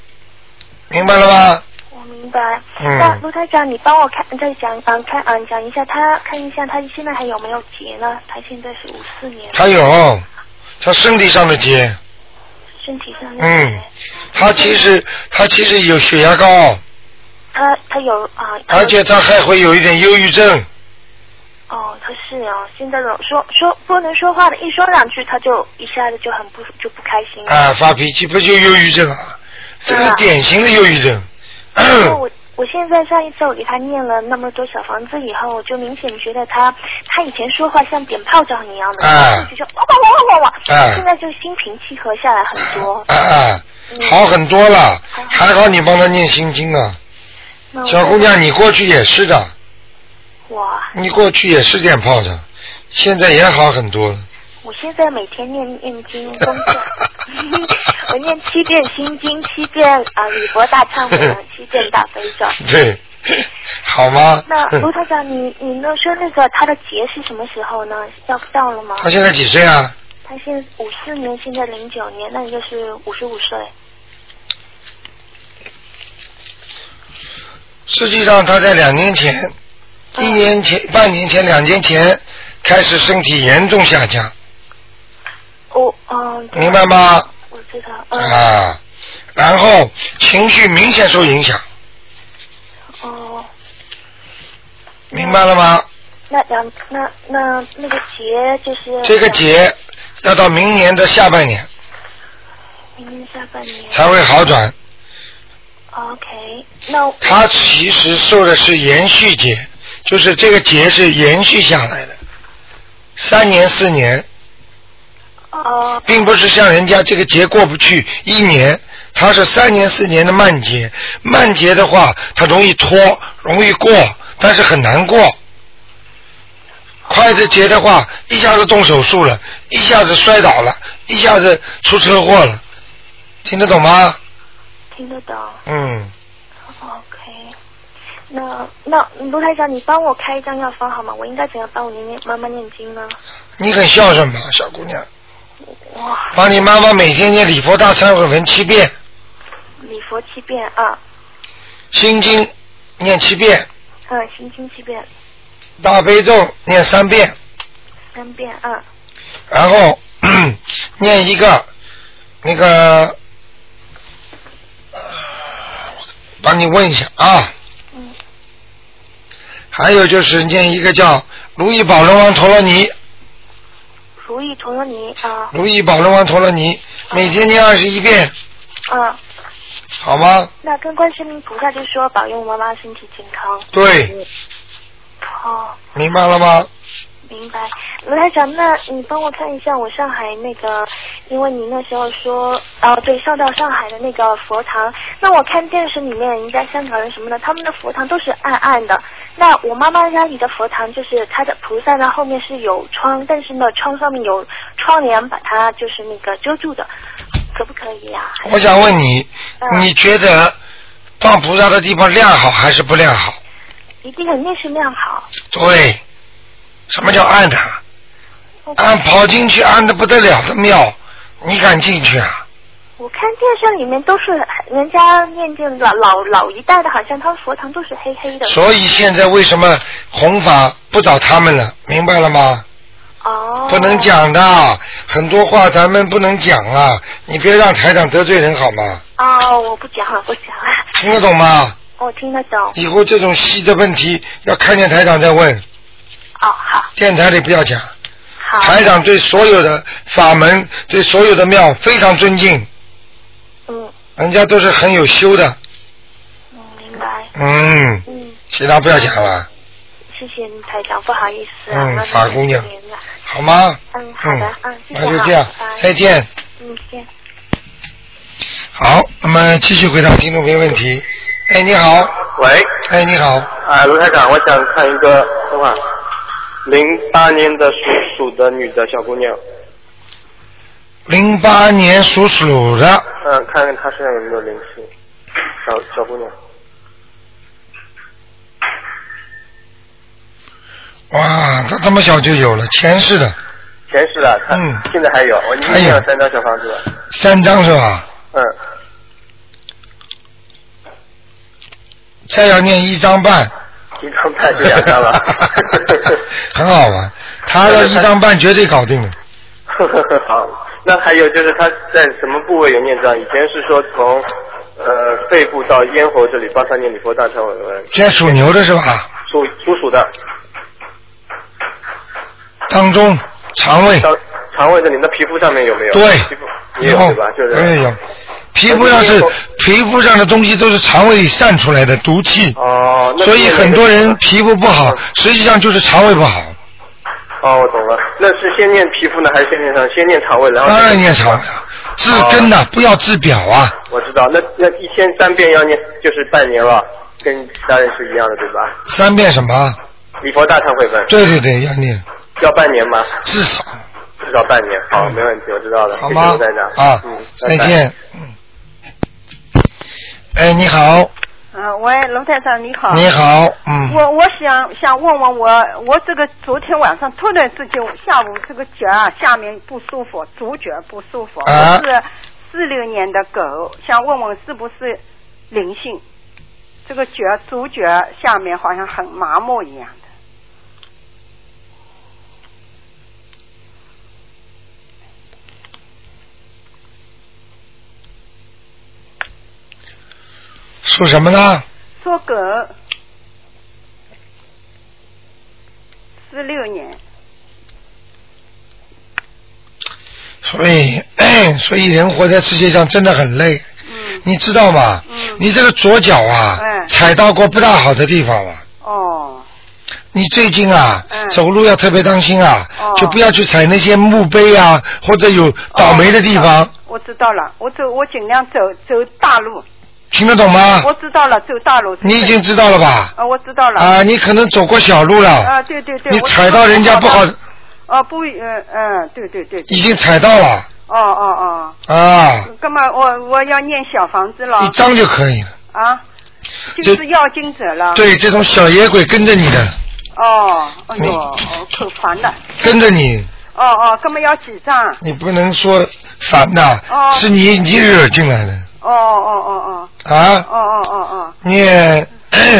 Speaker 1: 明白了吗？
Speaker 7: 我明白。
Speaker 1: 嗯
Speaker 7: 那卢台长，你帮我看，再讲，嗯，看，嗯，讲一下他，看一下他现在还有没有结呢？他现在是五四年，
Speaker 1: 他有，他身体上的结，
Speaker 7: 身体上的结
Speaker 1: 嗯，他其实他其实有血压高。
Speaker 7: 嗯他他有啊，
Speaker 1: 而且他还会有一点忧郁症，
Speaker 7: 哦，他是啊，现在老说说不能说话的，一说两句他就一下子就很不就不开心了。
Speaker 1: 啊，发脾气不就忧郁症啊？这
Speaker 7: 对
Speaker 1: 个
Speaker 7: 啊
Speaker 1: 典型的忧郁症。
Speaker 7: 因为我我现在上一次我给他念了那么多小房子以后，我就明显觉得他他以前说话像点炮仗一样的，
Speaker 1: 啊
Speaker 7: 就哇哇哇哇哇，
Speaker 1: 啊
Speaker 7: 现在就心平气和下来很多。
Speaker 1: 啊啊，
Speaker 7: 嗯
Speaker 1: 好很多了，
Speaker 7: 嗯
Speaker 1: 还好你帮他念心经啊。
Speaker 7: 那我
Speaker 1: 小姑娘，你过去也是的，
Speaker 7: 哇，
Speaker 1: 你过去也是点炮仗，现在也好很多了。
Speaker 7: 我现在每天念念经功 课，我念七遍心经，七遍啊、呃、礼佛大忏悔，七遍大悲咒。
Speaker 1: 对，嗯好吗？
Speaker 7: 那卢台长，你你那说那个他的节是什么时候呢？要到了吗？
Speaker 1: 他现在几岁啊？
Speaker 7: 他现在五四年，现在零九年，那也就是五十五岁。
Speaker 1: 实际上他在两年前、
Speaker 7: 嗯
Speaker 1: 一年前、半年前、两年前开始身体严重下降。
Speaker 7: 我
Speaker 6: 哦
Speaker 7: 嗯，
Speaker 1: 明白吗？
Speaker 7: 我知道，嗯，
Speaker 1: 啊，然后情绪明显受影响，
Speaker 7: 哦，
Speaker 1: 明白了吗？
Speaker 7: 那两那那那个节就是
Speaker 1: 这个节要到明年的下半年
Speaker 7: 明年下半年
Speaker 1: 才会好转。
Speaker 7: ，OK，那
Speaker 1: 它其实受的是延续劫，就是这个劫是延续下来的，三年四年，
Speaker 7: 哦
Speaker 1: 并不是像人家这个节过不去一年，它是三年四年的慢节。慢节的话，它容易拖，容易过，但是很难过。快的节的话，一下子动手术了，一下子摔倒了，一下子出车祸了，听得懂吗？
Speaker 7: 听得懂。
Speaker 1: 嗯，
Speaker 7: OK，那那卢台长，你帮我开一张药方好吗？我应该怎样帮我念妈妈念经呢？
Speaker 1: 你很孝顺吧，小姑娘？
Speaker 7: 哇，
Speaker 1: 帮你妈妈每天念礼佛大忏悔文七遍，
Speaker 7: 礼佛七遍啊，
Speaker 1: 心经念七遍，
Speaker 7: 嗯，心经七遍，
Speaker 1: 大悲咒念三遍，
Speaker 7: 三遍啊，
Speaker 1: 然后 念一个那个，呃帮你问一下啊。
Speaker 7: 嗯，
Speaker 1: 还有就是念一个叫《如意宝轮王陀罗尼》，《
Speaker 7: 如意陀罗尼啊
Speaker 1: 如意宝轮王陀罗尼》每天念二十一遍，
Speaker 7: 啊，
Speaker 1: 好吗？
Speaker 7: 那跟观世音菩萨就说保佑妈妈身体健康。
Speaker 1: 对，
Speaker 7: 哦，
Speaker 1: 明白了吗？
Speaker 7: 明白。卢台长，那你帮我看一下我上海那个，因为你那时候说，哦，对，上到上海的那个佛堂。那我看电视里面，人家香港人什么的，他们的佛堂都是暗暗的。那我妈妈家里的佛堂，就是它的菩萨呢后面是有窗，但是呢窗上面有窗帘把它就是那个遮住的，可不可以啊呀、
Speaker 1: 我想问你，
Speaker 7: 嗯
Speaker 1: 你觉得放菩萨的地方亮好还是不亮好？
Speaker 7: 一定肯定是那样好。
Speaker 1: 对，什么叫暗的？暗跑进去暗的不得了的庙，你敢进去啊？
Speaker 7: 我看电视里面都是人家念经老老老一代的，好像他们佛堂都是黑黑的。
Speaker 1: 所以现在为什么弘法不找他们了？明白了吗？
Speaker 7: 哦，
Speaker 1: 不能。讲的，很多话咱们不能讲啊！你别让台长得罪人好吗？
Speaker 7: 哦，我不讲了，不讲了，
Speaker 1: 听得懂吗？
Speaker 7: 我听得懂。
Speaker 1: 以后这种细的问题要看见台长再问，
Speaker 7: 哦，好，
Speaker 1: 电台里不要讲。
Speaker 7: 好。
Speaker 1: 台长对所有的法门、对所有的庙非常尊敬，
Speaker 7: 嗯
Speaker 1: 人家都是很有修的。
Speaker 7: 嗯，明白。
Speaker 1: 嗯，
Speaker 7: 嗯，
Speaker 1: 其他不要讲了，
Speaker 7: 谢谢你台长，不好意思啊。
Speaker 1: 嗯
Speaker 7: 慢慢
Speaker 1: 傻姑娘
Speaker 7: 再见了
Speaker 1: 好吗？
Speaker 7: 嗯，好的，嗯，谢谢
Speaker 1: 那就
Speaker 7: 啊
Speaker 1: 这样
Speaker 7: 拜拜，
Speaker 1: 再见。
Speaker 7: 嗯，再见。
Speaker 1: 好，那么继续回答听众朋友问题。哎，你好，
Speaker 8: 喂，
Speaker 1: 哎，你好，
Speaker 8: 啊，卢台长，我想看一个，等会儿，零八年的属鼠的女的小姑娘，
Speaker 1: 零八年属鼠的，
Speaker 8: 嗯、看看她身上有没有灵性，小小姑娘，
Speaker 1: 哇，他这么小就有了，前世的
Speaker 8: 前世的，她、
Speaker 1: 嗯
Speaker 8: 现在还有，我已经
Speaker 1: 还有
Speaker 8: 念了三张小房子了，
Speaker 1: 三张是吧？
Speaker 8: 嗯，
Speaker 1: 再要念一张半，
Speaker 8: 一张半就 两张了，
Speaker 1: 很好玩。他要一张半绝对搞定了。
Speaker 8: 好，那还有就是她在什么部位有念障？以前是说从呃肺部到咽喉这里帮她念礼佛大忏悔文，
Speaker 1: 现在属牛的是吧？啊
Speaker 8: 属属鼠的，
Speaker 1: 当中肠胃，
Speaker 8: 肠肠胃这里，那皮肤上面有没有？
Speaker 1: 对
Speaker 8: 皮肤也有对吧？就是
Speaker 1: 有有有，哎皮肤上是皮肤上的东西都是肠胃里散出来的毒气，
Speaker 8: 哦，那
Speaker 1: 所以很多人皮肤不好
Speaker 8: 嗯，啊
Speaker 1: 实际上就是肠胃不好。
Speaker 8: 哦，我懂了，那是先念皮肤呢，还是先念上？先念肠胃，然后
Speaker 1: 当然念肠胃，治根
Speaker 8: 哦
Speaker 1: 呐、不要治表啊。
Speaker 8: 我知道，那那一天三遍要念，就是半年了，跟其他人是一样的，对吧？
Speaker 1: 三遍什么？啊
Speaker 8: 礼佛大忏悔文
Speaker 1: 对对对，要念，
Speaker 8: 要半年吗？
Speaker 1: 至少
Speaker 8: 至少半年。好，没问题，我知道了。
Speaker 1: 好
Speaker 8: 谢谢
Speaker 1: 吗
Speaker 8: 卢台长？
Speaker 1: 啊
Speaker 8: 嗯，，
Speaker 1: 再
Speaker 8: 拜拜。
Speaker 1: 见。嗯哎，你好，
Speaker 9: 嗯，喂，龙太长你好。
Speaker 1: 你好，嗯，
Speaker 9: 我我想想问问我，我这个昨天晚上突然之间下午这个脚啊下面不舒服，左脚不舒服，
Speaker 1: 啊
Speaker 9: 我是四六年的狗，想问问是不是灵性？这个脚左脚下面好像很麻木一样的。
Speaker 1: 属什么呢？
Speaker 9: 做狗，四六年，
Speaker 1: 所以，哎所以人活在世界上真的很累。
Speaker 9: 嗯。
Speaker 1: 你知道吗？
Speaker 9: 嗯。
Speaker 1: 你这个左脚啊，
Speaker 9: 嗯
Speaker 1: 踩到过不大好的地方了。
Speaker 9: 哦，
Speaker 1: 你最近啊，
Speaker 9: 嗯
Speaker 1: 走路要特别当心啊，
Speaker 9: 哦
Speaker 1: 就不要去踩那些墓碑啊，或者有倒霉的地方，
Speaker 9: 哦我知道了，我走，我尽量走走大路，
Speaker 1: 听得懂吗？
Speaker 9: 我知道了，走大路。
Speaker 1: 你已经知道了吧？
Speaker 9: 啊，我知道了。
Speaker 1: 啊，你可能走过小路了，
Speaker 9: 啊，对对对。
Speaker 1: 你
Speaker 9: 我
Speaker 1: 踩到人家不好，
Speaker 9: 哦不，嗯嗯，对对对。
Speaker 1: 已经踩到了
Speaker 9: 哦哦
Speaker 1: 啊
Speaker 9: 哦，，那么我我要念小房子了
Speaker 1: 一张就可以了。
Speaker 9: 啊，
Speaker 1: 这
Speaker 9: 就是要经者了。。
Speaker 1: 对，这嗯种小野鬼跟着你的，
Speaker 9: 哦，哎
Speaker 1: 你
Speaker 9: 呦，哦口烦的。
Speaker 1: 跟着你，
Speaker 9: 哦哦，那么要几张？
Speaker 1: 你不能说烦的，
Speaker 9: 哦
Speaker 1: 是你你惹进来的
Speaker 9: 哦哦哦
Speaker 1: 啊
Speaker 9: 哦，哦哦哦哦
Speaker 1: 念嗯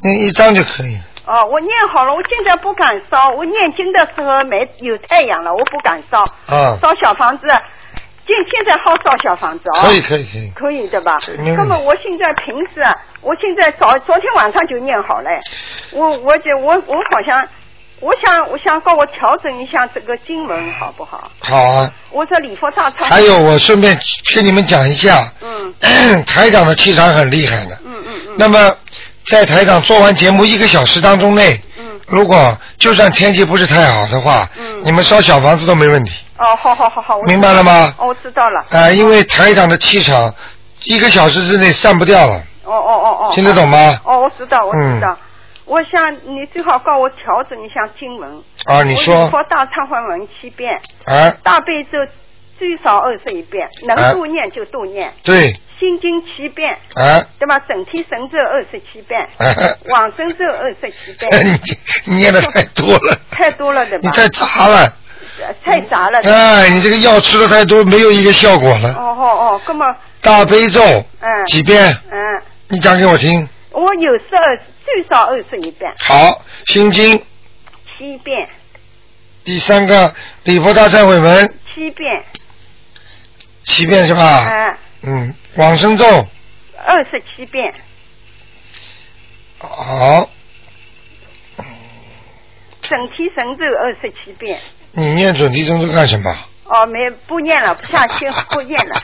Speaker 1: 念一张就可以了。
Speaker 9: 哦，我念好了，我现在不敢烧，我念经的时候没有太阳了，我不敢烧。
Speaker 1: 啊
Speaker 9: 烧小房子，现现在好烧小房子哦。
Speaker 1: 可以可以可以，
Speaker 9: 可以的吧
Speaker 1: 是？没问题
Speaker 9: 那么我现在平时啊，我现在早昨天晚上就念好了，我我就我我好像，我想我想帮我调整一下这个经文好不好？
Speaker 1: 好啊。
Speaker 9: 我这礼佛大忏悔
Speaker 1: 还有，我顺便跟你们讲一下，
Speaker 9: 嗯
Speaker 1: 台长的气场很厉害的。
Speaker 9: 嗯嗯嗯，
Speaker 1: 那么，在台长做完节目一个小时当中内，
Speaker 9: 嗯
Speaker 1: 如果就算天气不是太好的话，
Speaker 9: 嗯
Speaker 1: 你们烧小房子都没问题
Speaker 9: 哦，好好好好，我知
Speaker 1: 明白了吗
Speaker 9: 哦，我知道了，
Speaker 1: 啊、因为台长的气场一个小时之内散不掉了，
Speaker 9: 哦哦哦哦，
Speaker 1: 听得懂吗？
Speaker 9: 哦，我知道，我
Speaker 1: 嗯
Speaker 9: 知道。我想你最好帮我调整一下经文。
Speaker 1: 啊，你
Speaker 9: 我
Speaker 1: 说
Speaker 9: 礼佛大忏悔文七遍，
Speaker 1: 啊，
Speaker 9: 大悲咒最少二十一遍，
Speaker 1: 啊
Speaker 9: 能多念就多念，
Speaker 1: 对
Speaker 9: 心经七遍，
Speaker 1: 啊，
Speaker 9: 对吧？整体神咒二十七遍，往生咒二十七遍，
Speaker 1: 你念的太多了，
Speaker 9: 太多了对吧
Speaker 1: 你？太杂了，
Speaker 9: 呃太杂了。
Speaker 1: 哎，你这个药吃的太多，没有一个效果了。
Speaker 9: 哦哦哦，那么，
Speaker 1: 大悲咒
Speaker 9: 嗯
Speaker 1: 几遍？
Speaker 9: 嗯，
Speaker 1: 你讲给我听。
Speaker 9: 我有时候最少二十一遍，
Speaker 1: 好，心经
Speaker 9: 七遍，
Speaker 1: 第三个礼佛大忏悔文
Speaker 9: 七遍，
Speaker 1: 七遍是吧？
Speaker 9: 嗯，
Speaker 1: 嗯，往生咒
Speaker 9: 二十七遍，
Speaker 1: 好，
Speaker 9: 整体神咒二十七遍。
Speaker 1: 你念准提神咒干什么？
Speaker 9: 哦，没不念了，不 下去不念了。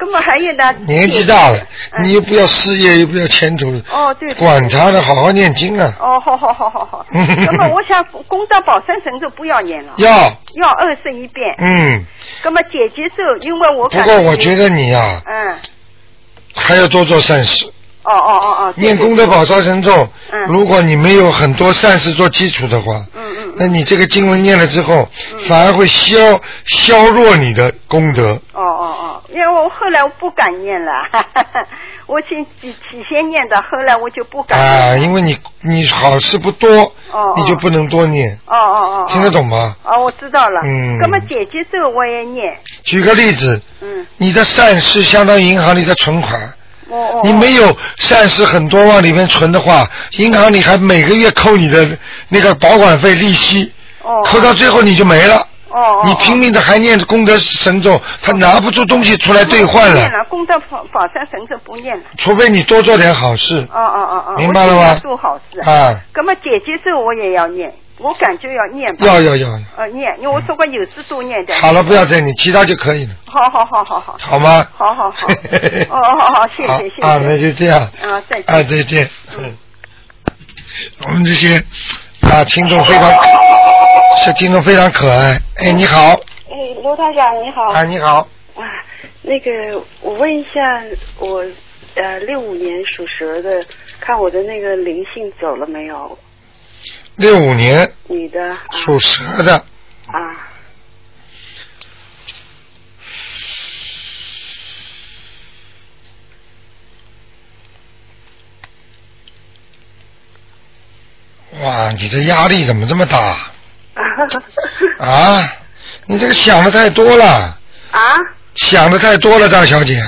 Speaker 9: 那么还有呢？
Speaker 1: 年纪大了，
Speaker 9: 嗯
Speaker 1: 你又不要事业，又不要前途，
Speaker 9: 哦对。对
Speaker 1: 管他的，好好念经啊。
Speaker 9: 哦，好好好好 好。那么我想功德宝山神咒不要念了，
Speaker 1: 要，
Speaker 9: 要二十一遍。
Speaker 1: 嗯，
Speaker 9: 那么姐姐咒，因为我
Speaker 1: 不
Speaker 9: 感
Speaker 1: 过
Speaker 9: 觉
Speaker 1: 我觉得你啊，
Speaker 9: 嗯，
Speaker 1: 还要多做善事。
Speaker 9: 哦哦哦哦，对
Speaker 1: 念功德。宝山神咒
Speaker 9: 嗯，
Speaker 1: 如果你没有很多善事做基础的话，
Speaker 9: 嗯嗯
Speaker 1: 那你这个经文念了之后，反而会消削弱你的功德。
Speaker 9: 哦哦哦，因为我后来我不敢念了， 我先起起先念的，后来我就不敢
Speaker 1: 啊，
Speaker 9: 念了。
Speaker 1: 因为你你好事不多
Speaker 9: 哦，
Speaker 1: 你就不能多念，
Speaker 9: 哦哦哦，
Speaker 1: 听得懂吗？
Speaker 9: 哦？哦，我知道了。
Speaker 1: 嗯
Speaker 9: 那么姐姐咒我也念，
Speaker 1: 举个例子，
Speaker 9: 嗯，哦
Speaker 1: 你的善事相当于银行里的存款，
Speaker 9: 我我
Speaker 1: 你没有善事很多往里面存的话，银行里还每个月扣你的那个保管费利息，
Speaker 9: 哦
Speaker 1: 扣到最后你就没了。
Speaker 9: 哦哦，
Speaker 1: 你拼命的还念着功德神咒，他拿不出东西出来兑换
Speaker 9: 不
Speaker 1: 了
Speaker 9: 念，了，功德宝宝山神咒不念了。
Speaker 1: 除非你多做点好事
Speaker 9: 哦哦哦哦，
Speaker 1: 明白了吗
Speaker 9: 我尽量做好事。
Speaker 1: 啊！
Speaker 9: 那么姐姐咒我也要念，我感觉要念吧。
Speaker 1: 要要要，要
Speaker 9: 呃，念，因为我说过有事多念点。
Speaker 1: 好了，不要再念，其他就可以了，
Speaker 9: 好好好好好，
Speaker 1: 好吗？
Speaker 9: 好好 好，哦好好，谢
Speaker 1: 好
Speaker 9: 谢谢谢。
Speaker 1: 啊，那就这样
Speaker 9: 啊再见
Speaker 1: 啊，再见。嗯， 我们这些啊听众非常，是听众非常可爱。哎，你好
Speaker 6: 哎，罗台长你好。
Speaker 1: 啊，你好，
Speaker 6: 啊，那个，我问一下，我呃六五年属蛇的，看我的那个灵性走了没有？
Speaker 1: 六五年
Speaker 6: 女的啊
Speaker 1: 属蛇的，
Speaker 6: 啊，
Speaker 1: 哇，你的压力怎么这么大啊？你这个想的太多了，
Speaker 6: 啊，
Speaker 1: 想的太多了，大小姐。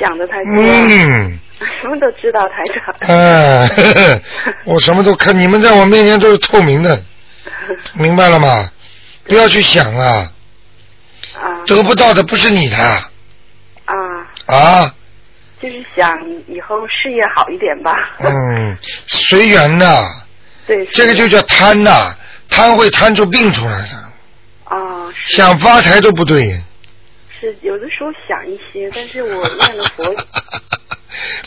Speaker 6: 想的太多了，
Speaker 1: 嗯，
Speaker 6: 什么都知道，台长。
Speaker 1: 嗯，呵呵 我什么都看，你们在我面前都是透明的，明白了吗？不要去想啊，
Speaker 6: 啊
Speaker 1: 得不到的不是你的
Speaker 6: 啊，
Speaker 1: 啊，
Speaker 6: 就是想以后事业好一点吧。
Speaker 1: 嗯，随缘呐、
Speaker 6: 对，
Speaker 1: 这个就叫贪呐、贪会贪出病出来的。
Speaker 6: 啊，
Speaker 1: 想发财都不对，
Speaker 6: 是有的时候想一些，但是我念了 佛，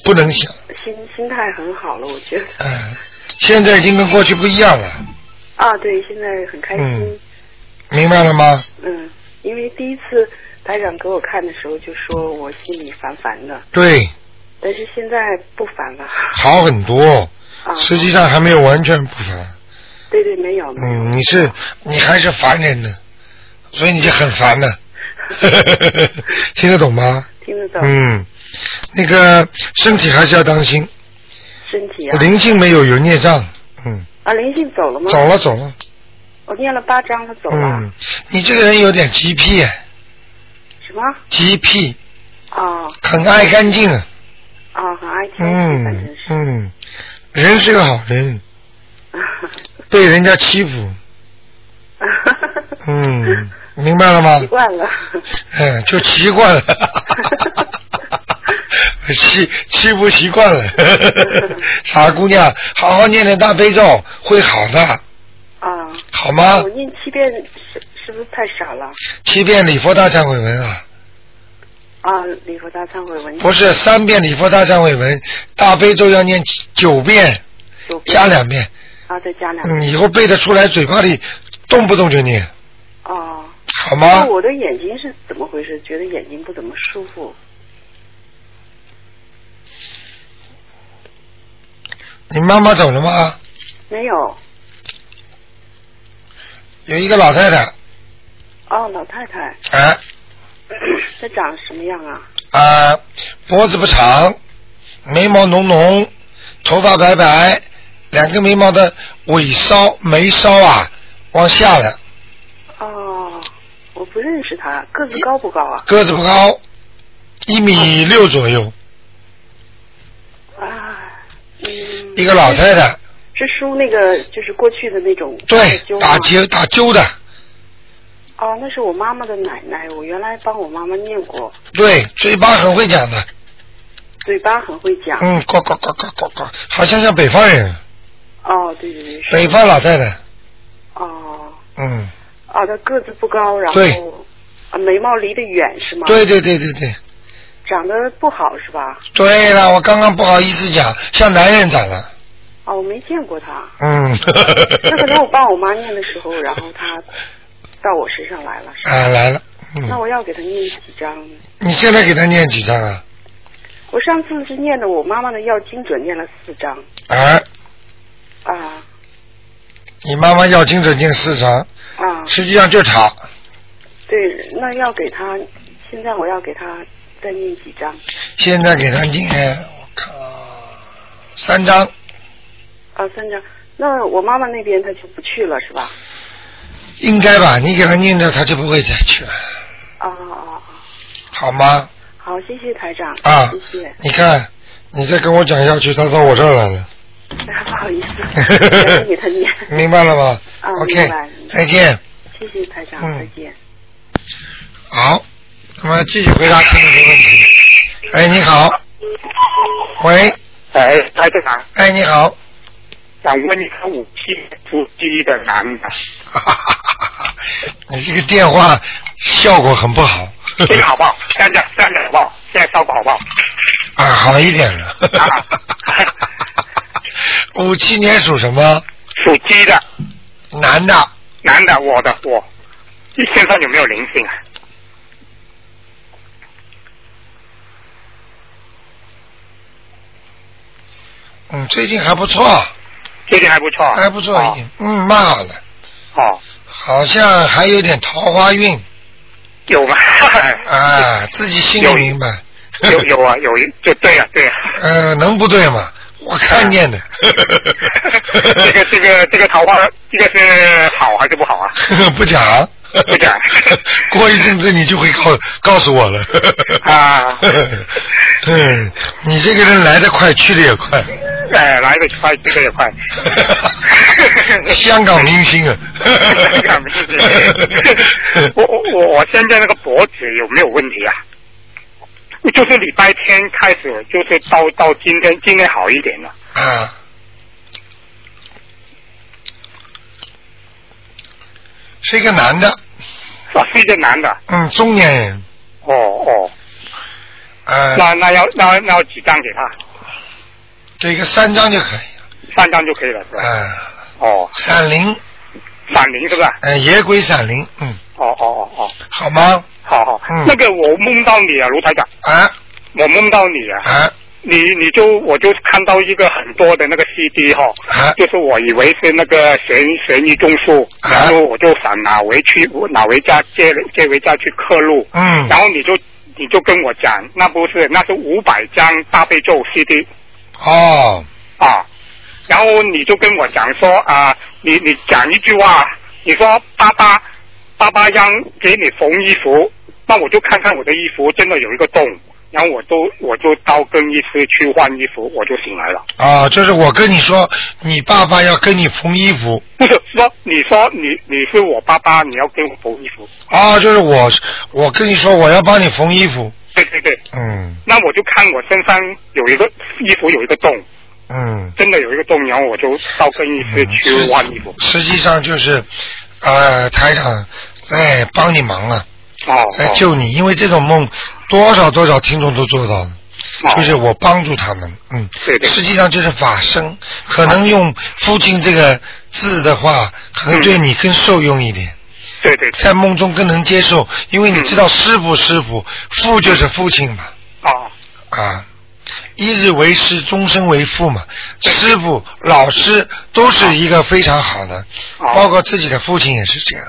Speaker 1: 不能想。
Speaker 6: 心心态很好了，我觉得。
Speaker 1: 嗯，现在已经跟过去不一样了。
Speaker 6: 啊，对，现在很开心。
Speaker 1: 嗯，明白了吗？
Speaker 6: 嗯因为第一次台长给我看的时候就说我心里烦烦的，
Speaker 1: 对，
Speaker 6: 但是现在不烦了。
Speaker 1: 好很多，
Speaker 6: 啊，
Speaker 1: 实际上还没有完全不烦。
Speaker 6: 对对，没有。
Speaker 1: 嗯，你是你还是凡人呢，所以你就很烦 呢。听得懂吗？
Speaker 6: 听得懂。
Speaker 1: 嗯，那个身体还是要当心，
Speaker 6: 身体啊。
Speaker 1: 灵性没有有孽障，嗯，
Speaker 6: 啊，灵性走了吗？
Speaker 1: 走了。走了，
Speaker 6: 我念了八章，他走了。
Speaker 1: 嗯，你这个人有点啊洁癖，
Speaker 6: 什么？
Speaker 1: 洁癖，
Speaker 6: 啊
Speaker 1: 很爱干净，
Speaker 6: 啊，很爱听。
Speaker 1: 嗯嗯，人是个好人，被人家欺负，嗯，明白了吗
Speaker 6: 习？惯了。
Speaker 1: 嗯，就习惯了， 欺欺不习惯了。傻姑娘，好好念念大悲咒，会好的，
Speaker 6: 啊。
Speaker 1: 好吗
Speaker 6: 我？念七遍是是不是太少了？
Speaker 1: 七遍礼佛大忏悔文啊，
Speaker 6: 啊，礼佛大忏悔文。
Speaker 1: 不是三遍礼佛大忏悔文，大悲咒要念九遍，
Speaker 6: 九遍
Speaker 1: 加两遍，
Speaker 6: 啊，再加两遍。
Speaker 1: 嗯，以后背得出来，嘴巴里动不动就念，
Speaker 6: 哦。
Speaker 1: 好吗
Speaker 6: 那？我的眼睛是怎么回事？觉得眼睛不怎么舒服。
Speaker 1: 你妈妈走了吗？
Speaker 6: 没有。
Speaker 1: 有一个老太太，
Speaker 6: 哦，老太太，
Speaker 1: 哎
Speaker 6: 她长什么样啊？
Speaker 1: 啊，脖子不长，眉毛浓浓，头发白白，两个眉毛的尾梢眉梢啊往下的，
Speaker 6: 哦，我不认识她，个子高不高啊？
Speaker 1: 个子不高，一米六左右，
Speaker 6: 啊，嗯。
Speaker 1: 一个老太太，
Speaker 6: 是梳那个，就是过去的那种
Speaker 1: 对
Speaker 6: 揪，吗
Speaker 1: 打结打揪的，
Speaker 6: 哦，那是我妈妈的奶奶，我原来帮我妈妈念过，
Speaker 1: 对，嘴巴很会讲的，
Speaker 6: 嘴巴很会讲。
Speaker 1: 嗯，呱呱呱呱呱呱，好像像北方人，
Speaker 6: 哦，对对对。是
Speaker 1: 北方老太。太，
Speaker 6: 哦，
Speaker 1: 嗯，
Speaker 6: 啊，她个子不高，然后
Speaker 1: 对
Speaker 6: 啊，眉毛离得远是吗？
Speaker 1: 对对。对对对，
Speaker 6: 长得不好是吧？
Speaker 1: 对了，我刚刚不好意思讲，像男人长的，
Speaker 6: 哦，我没见 过她。
Speaker 1: 嗯，
Speaker 6: 那可能我帮我妈念的时候，然后她到我身上来了。是吧
Speaker 1: 啊来了，
Speaker 6: 那
Speaker 1: 嗯，
Speaker 6: 我要给她念几张？
Speaker 1: 你现在给他念几张啊？
Speaker 6: 我上次是念的我妈妈的要精准念了四张
Speaker 1: 啊，
Speaker 6: 啊
Speaker 1: 你妈妈要精准念四张，
Speaker 6: 啊，
Speaker 1: 实际上就查，
Speaker 6: 对，那要给她，现在我要给她再念几张
Speaker 1: 现在给他念，我看三张，
Speaker 6: 啊，三张。那我妈妈那边她就不去了是吧？
Speaker 1: 应该吧？你给他念着，他就不会再去了，
Speaker 6: 啊啊啊！
Speaker 1: 好吗？
Speaker 6: 好，谢谢台长
Speaker 1: 啊
Speaker 6: 谢谢，
Speaker 1: 你看，你再跟我讲下去，他到我这儿来了，
Speaker 6: 不好意思， 我给她 念
Speaker 1: 明白了吗
Speaker 6: 啊，明
Speaker 1: ？OK，
Speaker 6: 白，
Speaker 1: 再见。
Speaker 6: 谢谢台长，
Speaker 1: 嗯
Speaker 6: 再见。
Speaker 1: 好，那么继续回答听众的问题。哎，你好，喂，
Speaker 8: 哎，台长，
Speaker 1: 哎，你好，
Speaker 8: 想问一个五七年属鸡的男的，
Speaker 1: 哎你这个电话效果很不好
Speaker 8: 这个好不好？站着站着好不好？现在效果好 不好？
Speaker 1: 啊，好一点了。五七年属什么？
Speaker 8: 属鸡的
Speaker 1: 男的，
Speaker 8: 男的，我的我，你身上有没有灵性啊？
Speaker 1: 嗯，最近还不错，
Speaker 8: 最近还不错啊，
Speaker 1: 还不错一
Speaker 8: 哦
Speaker 1: 点，嗯，蛮好的，
Speaker 8: 哦，
Speaker 1: 好像还有点桃花运
Speaker 8: 有吗？
Speaker 1: 啊，自己心里明白，
Speaker 8: 有有啊，有就对啊， 对啊，
Speaker 1: 呃，能不对吗？我看见的，
Speaker 8: 这个这个这个桃花，这个是好还是不好啊？
Speaker 1: 不讲，
Speaker 8: 不讲
Speaker 1: 过一阵子你就会告告诉我了。
Speaker 8: 啊，
Speaker 1: 嗯，你这个人来得快，去得也快，
Speaker 8: 哎，来得快，去得也快，
Speaker 1: 香港明星啊，
Speaker 8: 香港明 星我我我我现在那个脖子有没有问题啊？就是礼拜天开始，就是到到今天，今天好一点了。
Speaker 1: 啊。是一个男的，
Speaker 8: 啊，是一个男的。
Speaker 1: 嗯，中年人，
Speaker 8: 哦哦。
Speaker 1: 呃，
Speaker 8: 那那要那那要几张给他？
Speaker 1: 这个三张就可以，
Speaker 8: 三张就可以了，是吧？
Speaker 1: 嗯，
Speaker 8: 哦，
Speaker 1: 闪灵，
Speaker 8: 闪灵是吧？
Speaker 1: 呃，野鬼闪灵，嗯，
Speaker 8: 哦哦哦哦，
Speaker 1: 好吗？
Speaker 8: 好好。
Speaker 1: 嗯
Speaker 8: 那个我梦到你啊，卢台长。
Speaker 1: 啊。
Speaker 8: 我梦到你啊。
Speaker 1: 啊。
Speaker 8: 你你就我就看到一个很多的那个 CD 哈、
Speaker 1: 啊
Speaker 8: 就是我以为是那个悬悬疑中枢，
Speaker 1: 啊
Speaker 8: 然后我就想拿回去拿回家借借回家去刻录，
Speaker 1: 嗯
Speaker 8: 然后你就你就跟我讲，那不是那是五百张大悲咒 CD，
Speaker 1: 哦，
Speaker 8: 啊，然后你就跟我讲说啊，你你讲一句话，你说爸爸爸爸让给你缝衣服，那我就看看我的衣服真的有一个洞，然后我都我就到更衣室去换衣服，我就醒来了。
Speaker 1: 啊，就是我跟你说，你爸爸要跟你缝衣服，
Speaker 8: 不是说你说你你是我爸爸，你要给我缝衣服，
Speaker 1: 啊，就是我，我跟你说，我要帮你缝衣服，
Speaker 8: 对对对，
Speaker 1: 嗯
Speaker 8: 那我就看我身上有一个衣服有一个洞，
Speaker 1: 嗯，
Speaker 8: 真的有一个洞，然后我就到更衣室去换衣服。
Speaker 1: 实际上就是，呃，台长在帮你忙了，
Speaker 8: 哦，
Speaker 1: 在
Speaker 8: 哦
Speaker 1: 救你，因为这种梦多少多少听众都做到了。
Speaker 8: 哦
Speaker 1: 就是我帮助他们，嗯，
Speaker 8: 对对
Speaker 1: 实际上就是法身，可能用“父亲”这个字的话，可能对你更受用一点，
Speaker 8: 嗯对对对，
Speaker 1: 在梦中更能接受，因为你知道师傅师傅，父就是父亲嘛，
Speaker 8: 哦，
Speaker 1: 啊，一日为师，终身为父嘛。师傅、老师都是一个非常好的，
Speaker 8: 哦
Speaker 1: 包括自己的父亲也是这样。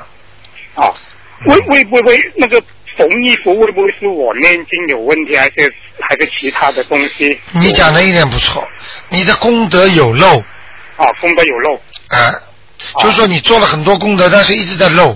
Speaker 8: 哦，会会不会那个缝衣服会不会是我念经有问题，还是还是其他的东西？
Speaker 1: 你讲的一点不错，你的功德有漏
Speaker 8: 哦，功德有漏。
Speaker 1: 啊，就是说你做了很多功德，但是一直在漏，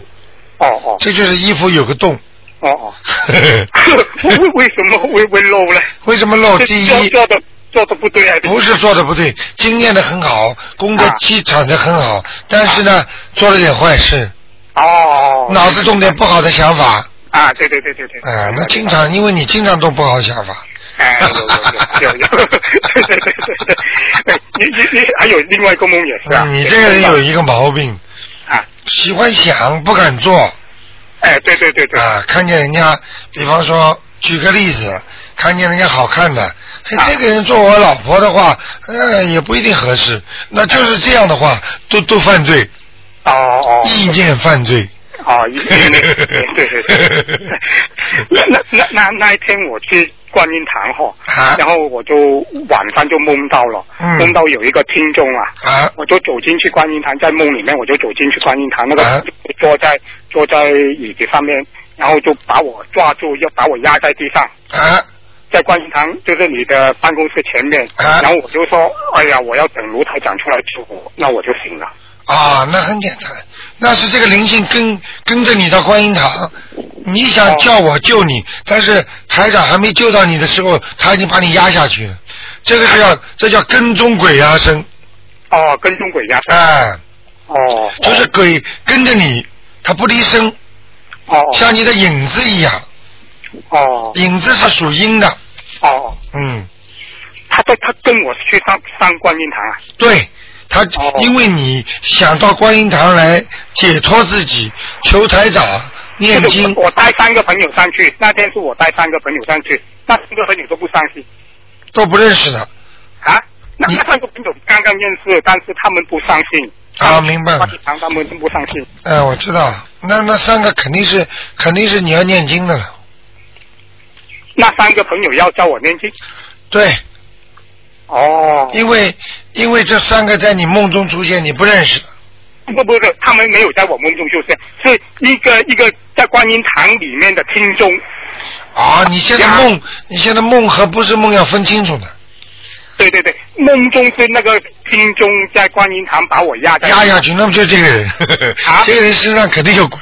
Speaker 8: 哦哦
Speaker 1: 这就是衣服有个洞。
Speaker 8: 哦哦， 为为什么会会漏呢？
Speaker 1: 为什么漏？
Speaker 8: 是
Speaker 1: 第
Speaker 8: 做
Speaker 1: 一，
Speaker 8: 做的做的不对啊还是？
Speaker 1: 不是做的不对，经验的很好，功德气场的很好，但是呢，做了点坏事，
Speaker 8: 哦啊哦，哦
Speaker 1: 脑子动点不好的想法，啊、
Speaker 8: 啊，对对对对对，
Speaker 1: 哎那经常因为你经常动不好的想法，
Speaker 8: 哎，有有有有有，对对对对对，哎你你你还有另外一个梦也是啊，
Speaker 1: 嗯你这个人有一
Speaker 8: 个
Speaker 1: 个毛病，
Speaker 8: 啊，
Speaker 1: 喜欢想不敢做
Speaker 8: 哎，对对对对，
Speaker 1: 啊。看见人家，比方说，举个例子，看见人家好看的，嘿，
Speaker 8: 啊
Speaker 1: 这个人做我老婆的话，呃，也不一定合适。那就是这样的话，都都犯罪，
Speaker 8: 哦哦
Speaker 1: 意见犯罪。
Speaker 8: 哦，一对 对对对， 那那那那那一天我去观音堂哈，
Speaker 1: 啊
Speaker 8: 然后我就晚上就梦到了，
Speaker 1: 嗯
Speaker 8: 梦到有一个听众啊，
Speaker 1: 啊
Speaker 8: 我就走进去观音堂，在梦里面我就走进去观音堂，那个
Speaker 1: 啊
Speaker 8: 坐在坐在椅子上面，然后就把我抓住，要把我压在地上，
Speaker 1: 啊
Speaker 8: 在观音堂就是你的办公室前面，
Speaker 1: 啊
Speaker 8: 然后我就说，哎呀，我要等卢台长出来救我，那我就醒了。
Speaker 1: 啊！那很简单，那是这个灵性跟跟着你到观音堂，你想叫我救你，但是台长还没救到你的时候，他已经把你压下去了。这个叫这叫跟踪鬼压身，
Speaker 8: 哦，跟踪鬼压身。
Speaker 1: 哎，
Speaker 8: 哦，
Speaker 1: 就是鬼跟着你，他不离身，
Speaker 8: 哦
Speaker 1: 像你的影子一样，
Speaker 8: 哦
Speaker 1: 影子是属阴的，
Speaker 8: 哦，
Speaker 1: 嗯，
Speaker 8: 他在他跟我去上上观音堂啊。
Speaker 1: 对。他
Speaker 8: 哦
Speaker 1: 因为你想到观音堂来解脱自己，求台长啊念
Speaker 8: 就是
Speaker 1: 经
Speaker 8: 我我带三个朋友上去，那天是我带三个朋友上去，那三个朋友都不上去
Speaker 1: 都不认识的
Speaker 8: 啊。那
Speaker 1: 你
Speaker 8: 那三个朋友刚刚认识，但是他们不上信，
Speaker 1: 啊，明白了
Speaker 8: 观。音堂他们都不上信。
Speaker 1: 哎，我知道，那那三个肯定是肯定是你要念经的了，
Speaker 8: 那三个朋友要教我念经。
Speaker 1: 对，
Speaker 8: 哦，
Speaker 1: 因为因为这三个在你梦中出现，你不认识的，
Speaker 8: 不不是，他们没有在我梦中出现，是一个一个在观音堂里面的听众。
Speaker 1: 啊，你现在
Speaker 8: 呀
Speaker 1: 梦你现在梦和不是梦要分清楚的，
Speaker 8: 对对对，梦中是那个听众在观音堂把我压在
Speaker 1: 压下去，那么就这个人，呵呵
Speaker 8: 啊
Speaker 1: 这个人身上肯定有鬼，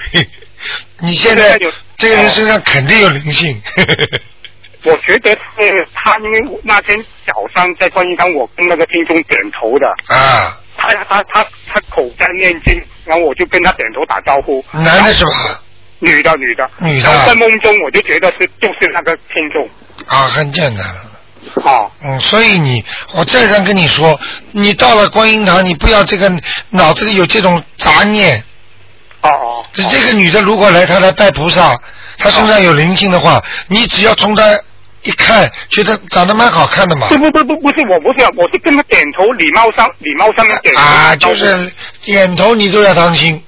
Speaker 1: 你现在
Speaker 8: 现在有
Speaker 1: 这个人身上肯定有灵性，呵呵
Speaker 8: 我觉得是他，因为我那天早上在观音堂，我跟那个听众点头的，
Speaker 1: 啊，
Speaker 8: 他他他他口在念经，然后我就跟他点头打招呼。
Speaker 1: 男的是吧？
Speaker 8: 女的女的，
Speaker 1: 女的
Speaker 8: 然后在梦中我就觉得是就是那个听众，
Speaker 1: 啊，很简单。
Speaker 8: 哦，
Speaker 1: 嗯，所以你，我再三跟你说，你到了观音堂，你不要这个脑子里有这种杂念。
Speaker 8: 哦哦。
Speaker 1: 这个女的如果来，她来拜菩萨，她身上有灵性的话，你只要从她一看，觉得长得蛮好看的嘛。
Speaker 8: 不不不不不是我不是我是跟他点头礼貌上礼貌上面点头
Speaker 1: 啊，就是点头你都要当心。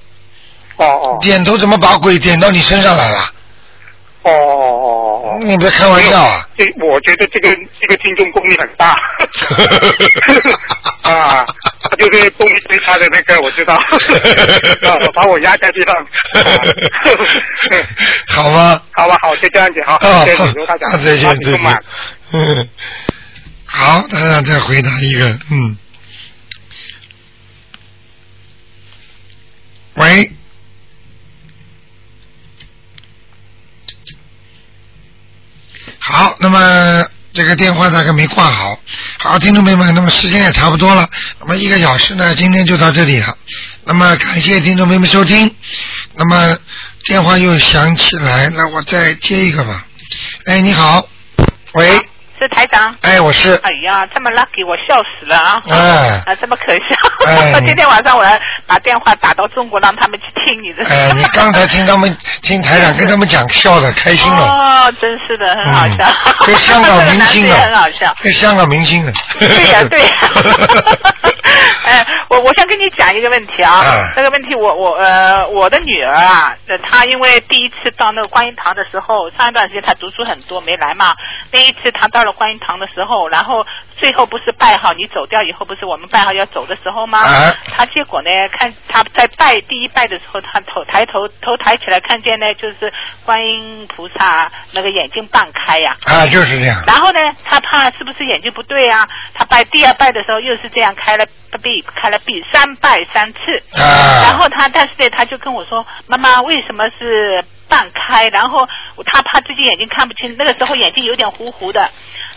Speaker 8: 哦哦。
Speaker 1: 点头怎么把鬼点到你身上来了？
Speaker 8: 哦哦哦，
Speaker 1: 你别开玩笑啊！
Speaker 8: 这我觉得这个这个听众功力很 大，啊，他就是功力最差的那个，我知 道，啊我把我压在地上，啊
Speaker 1: 好吗？
Speaker 8: 好吧，好，就这样子，好，
Speaker 1: 啊，
Speaker 8: 谢谢刘大
Speaker 1: 好
Speaker 8: 长，
Speaker 1: 再
Speaker 8: 八
Speaker 1: 见，
Speaker 8: 十
Speaker 1: 再
Speaker 8: 中
Speaker 1: 见
Speaker 8: 满。
Speaker 1: 嗯，好，大家再回答一个，嗯。喂。好，那么这个电话大概没挂好。好，听众朋友们，那么时间也差不多了，那么一个小时呢，今天就到这里了。那么感谢听众朋友们收听。那么电话又响起来，那我再接一个吧。哎，你好，喂，
Speaker 10: 啊是台长。
Speaker 1: 哎我是
Speaker 10: 哎呀，这么 lucky，我笑死了啊！
Speaker 1: 哎
Speaker 10: 啊，这么可笑！
Speaker 1: 哎你
Speaker 10: 今天晚上我要把电话打到中国，让他们去听你的。
Speaker 1: 哎，你刚才听他们听台长跟他们讲，笑的开心了， 嗯
Speaker 10: 哦，真是的，很好笑。
Speaker 1: 这香港明星
Speaker 10: 这个男的也很
Speaker 1: 啊
Speaker 10: 好笑，。
Speaker 1: 这香港明星啊，
Speaker 10: 对呀、对呀、哎，我我想跟你讲一个问题啊，
Speaker 1: 哎
Speaker 10: 那个问题我我呃我的女儿啊，呃她因为第一次到那个观音堂的时候，上一段时间她读书很多没来嘛，那一次她到了观音堂的时候，然后最后不是拜号你走掉以后不是我们拜号要走的时候吗？
Speaker 11: 哎
Speaker 10: 她结果呢看她在拜第一拜的时候，她头抬头头抬起来看见呢就是观音菩萨那个眼睛半开呀、
Speaker 1: 啊，就是这样，
Speaker 10: 然后呢，他怕是不是眼睛不对啊？他拜第二拜的时候又是这样开了闭，开了闭，三拜三次。然后他，但是呢，他就跟我说：“妈妈，为什么是半开？”然后他怕自己眼睛看不清，那个时候眼睛有点糊糊的。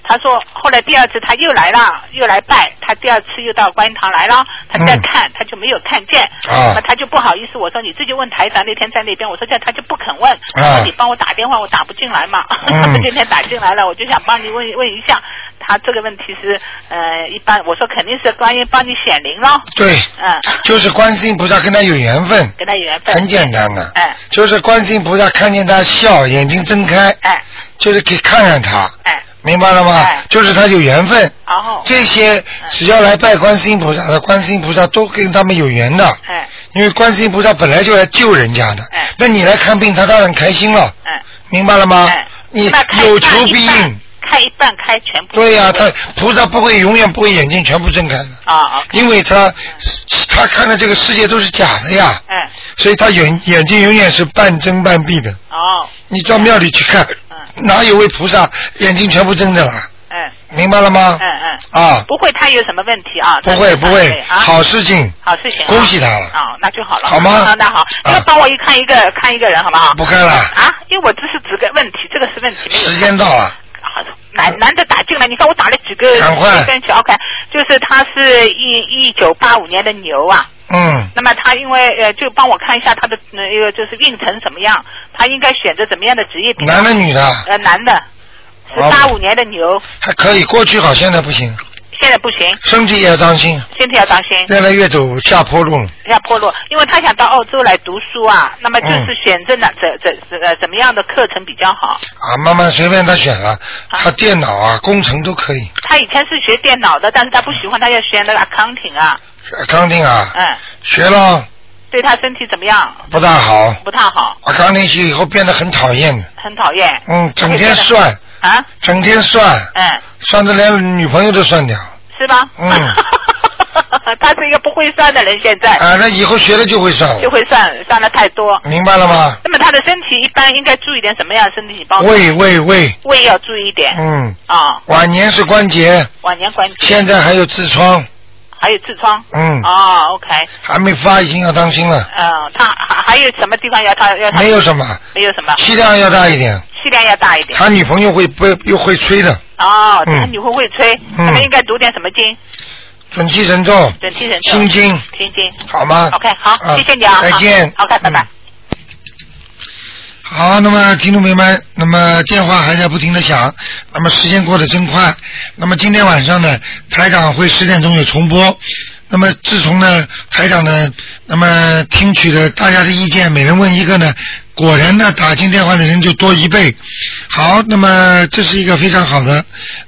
Speaker 10: 他说，后来第二次他又来了，又来拜，他第二次又到观音堂来了，他再看，他就没有看见，
Speaker 11: 啊
Speaker 10: 那他就不好意思，我说你自己问台长，那天在那边，我说这他就不肯问，
Speaker 11: 啊
Speaker 10: 我说你帮我打电话，我打不进来嘛，
Speaker 11: 嗯
Speaker 10: 今天打进来了，我就想帮你问问一下，他这个问题是，呃，一般我说肯定是观音帮你显灵咯，
Speaker 1: 对，
Speaker 10: 嗯，
Speaker 1: 就是观世音菩萨跟他有缘分，
Speaker 10: 跟他有缘分，
Speaker 1: 很简单的，
Speaker 10: 哎，
Speaker 1: 就是观世音菩萨看见他笑，眼睛睁开，
Speaker 10: 哎，
Speaker 1: 就是可以看看他，
Speaker 10: 哎，
Speaker 1: 明白了吗？就是他有缘分，
Speaker 10: 哦，
Speaker 1: 这些只要来拜观世音菩萨的，观世音菩萨都跟他们有缘的，
Speaker 10: 哎，
Speaker 1: 因为观世音菩萨本来就来救人家的，哎，那你来看病，他当然开心了，
Speaker 10: 哎，
Speaker 1: 明白了吗？
Speaker 10: 哎
Speaker 1: 你
Speaker 10: 那开
Speaker 1: 有求
Speaker 10: 一半
Speaker 1: 必
Speaker 10: 一半
Speaker 1: 应，
Speaker 10: 开一半开全部，
Speaker 1: 对呀、他菩萨不会永远不会眼睛全部睁开的，
Speaker 10: 啊啊，
Speaker 1: 因为他他看的这个世界都是假的呀，
Speaker 10: 哎，
Speaker 1: 所以他眼眼睛永远是半睁半闭的。
Speaker 10: 哦，嗯
Speaker 1: 你到庙里去看，哪有位菩萨眼睛全部睁着了？
Speaker 10: 哎，
Speaker 1: 明白了吗？
Speaker 10: 嗯嗯，
Speaker 1: 啊
Speaker 10: 不会他有什么问题啊？
Speaker 1: 不会不会
Speaker 10: 啊，
Speaker 1: 好事情
Speaker 10: 好事情啊，
Speaker 1: 恭喜他了
Speaker 10: 啊，那就好了，
Speaker 1: 好吗
Speaker 10: 啊那好，那帮我一看一个看一个人好不好？
Speaker 1: 不看了
Speaker 10: 啊，因为我这是几个问题，这个是问题，没有
Speaker 1: 时间到了，
Speaker 10: 男男的打进来，你看我打了几个
Speaker 1: 嗯赶快
Speaker 10: 跟去 OK，就是他是一一九八五年的牛啊。
Speaker 1: 嗯，
Speaker 10: 那么他因为呃，就帮我看一下他的那个、呃、就是运程怎么样，他应该选择怎么样的职业比较好？
Speaker 1: 男的女的
Speaker 10: 呃，男的，是
Speaker 1: 哦
Speaker 10: 八五年的牛，
Speaker 1: 还可以，过去好，现在不行，
Speaker 10: 现在不行，
Speaker 1: 身体也要当心，
Speaker 10: 身体要当心。
Speaker 1: 越来越走下坡路了。
Speaker 10: 要破落，因为他想到澳洲来读书啊，那么就是
Speaker 1: 嗯
Speaker 10: 选择哪怎怎怎呃怎么样的课程比较好？
Speaker 1: 啊，慢慢随便他选了，他电脑啊、工程都可以，
Speaker 10: 他以前是学电脑的，但是他不喜欢，他要学那个 accounting 啊，
Speaker 1: 钢琴啊，
Speaker 10: 嗯，
Speaker 1: 学了
Speaker 10: 对他身体怎么样？
Speaker 1: 不大好。
Speaker 10: 不太好，
Speaker 1: 我刚进去以后变得很讨厌的，
Speaker 10: 很讨厌。
Speaker 1: 嗯，整天算，
Speaker 10: 啊，
Speaker 1: 整天算，
Speaker 10: 嗯，
Speaker 1: 算的连女朋友都算掉。
Speaker 10: 是吧？
Speaker 1: 嗯，
Speaker 10: 他是一个不会算的人，现在
Speaker 1: 啊，那以后学了就会算
Speaker 10: 就
Speaker 1: 了，
Speaker 10: 会算，算的太多。
Speaker 1: 明白了吗？
Speaker 10: 那么他的身体一般应该注意点什么样的身体包括？
Speaker 1: 喂喂喂，
Speaker 10: 胃要注意一点
Speaker 1: 嗯，
Speaker 10: 啊，
Speaker 1: 晚年是关节，
Speaker 10: 晚年关节。
Speaker 1: 现在还有痔疮，
Speaker 10: 还有痔疮。
Speaker 1: 嗯
Speaker 10: 啊，OK，
Speaker 1: 还没发已经要当心了，
Speaker 10: 嗯，他还还有什么地方要他要他？
Speaker 1: 没有什么，
Speaker 10: 没有什么。
Speaker 1: 气量要大一点，
Speaker 10: 气量要大一点。
Speaker 1: 他女朋友会不又会吹的，
Speaker 10: 哦，
Speaker 1: 嗯
Speaker 10: 他女会会吹，
Speaker 1: 嗯
Speaker 10: 他们应该读点什么经？
Speaker 1: 准气神咒，
Speaker 10: 准提神咒。
Speaker 1: 心经
Speaker 10: 心经。
Speaker 1: 好吗
Speaker 10: ？OK，好，
Speaker 1: 啊
Speaker 10: 谢谢你啊。
Speaker 1: 再见
Speaker 10: 好，OK，拜拜。
Speaker 1: 好，那么听众朋友们，那么电话还在不停的响，那么时间过得真快。那么今天晚上呢，台长会十点钟有重播。那么自从呢，台长呢，那么听取了大家的意见，每人问一个呢，果然呢，打进电话的人就多一倍。好，那么这是一个非常好的，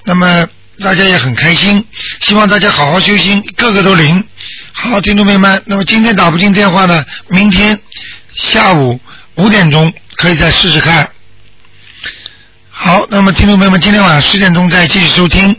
Speaker 1: 那么大家也很开心，希望大家好好修心，个个都灵。好，听众朋友们，那么今天打不进电话呢，明天下午五点钟可以再试试看。好，那么听众朋友们，今天晚上十点钟再继续收听。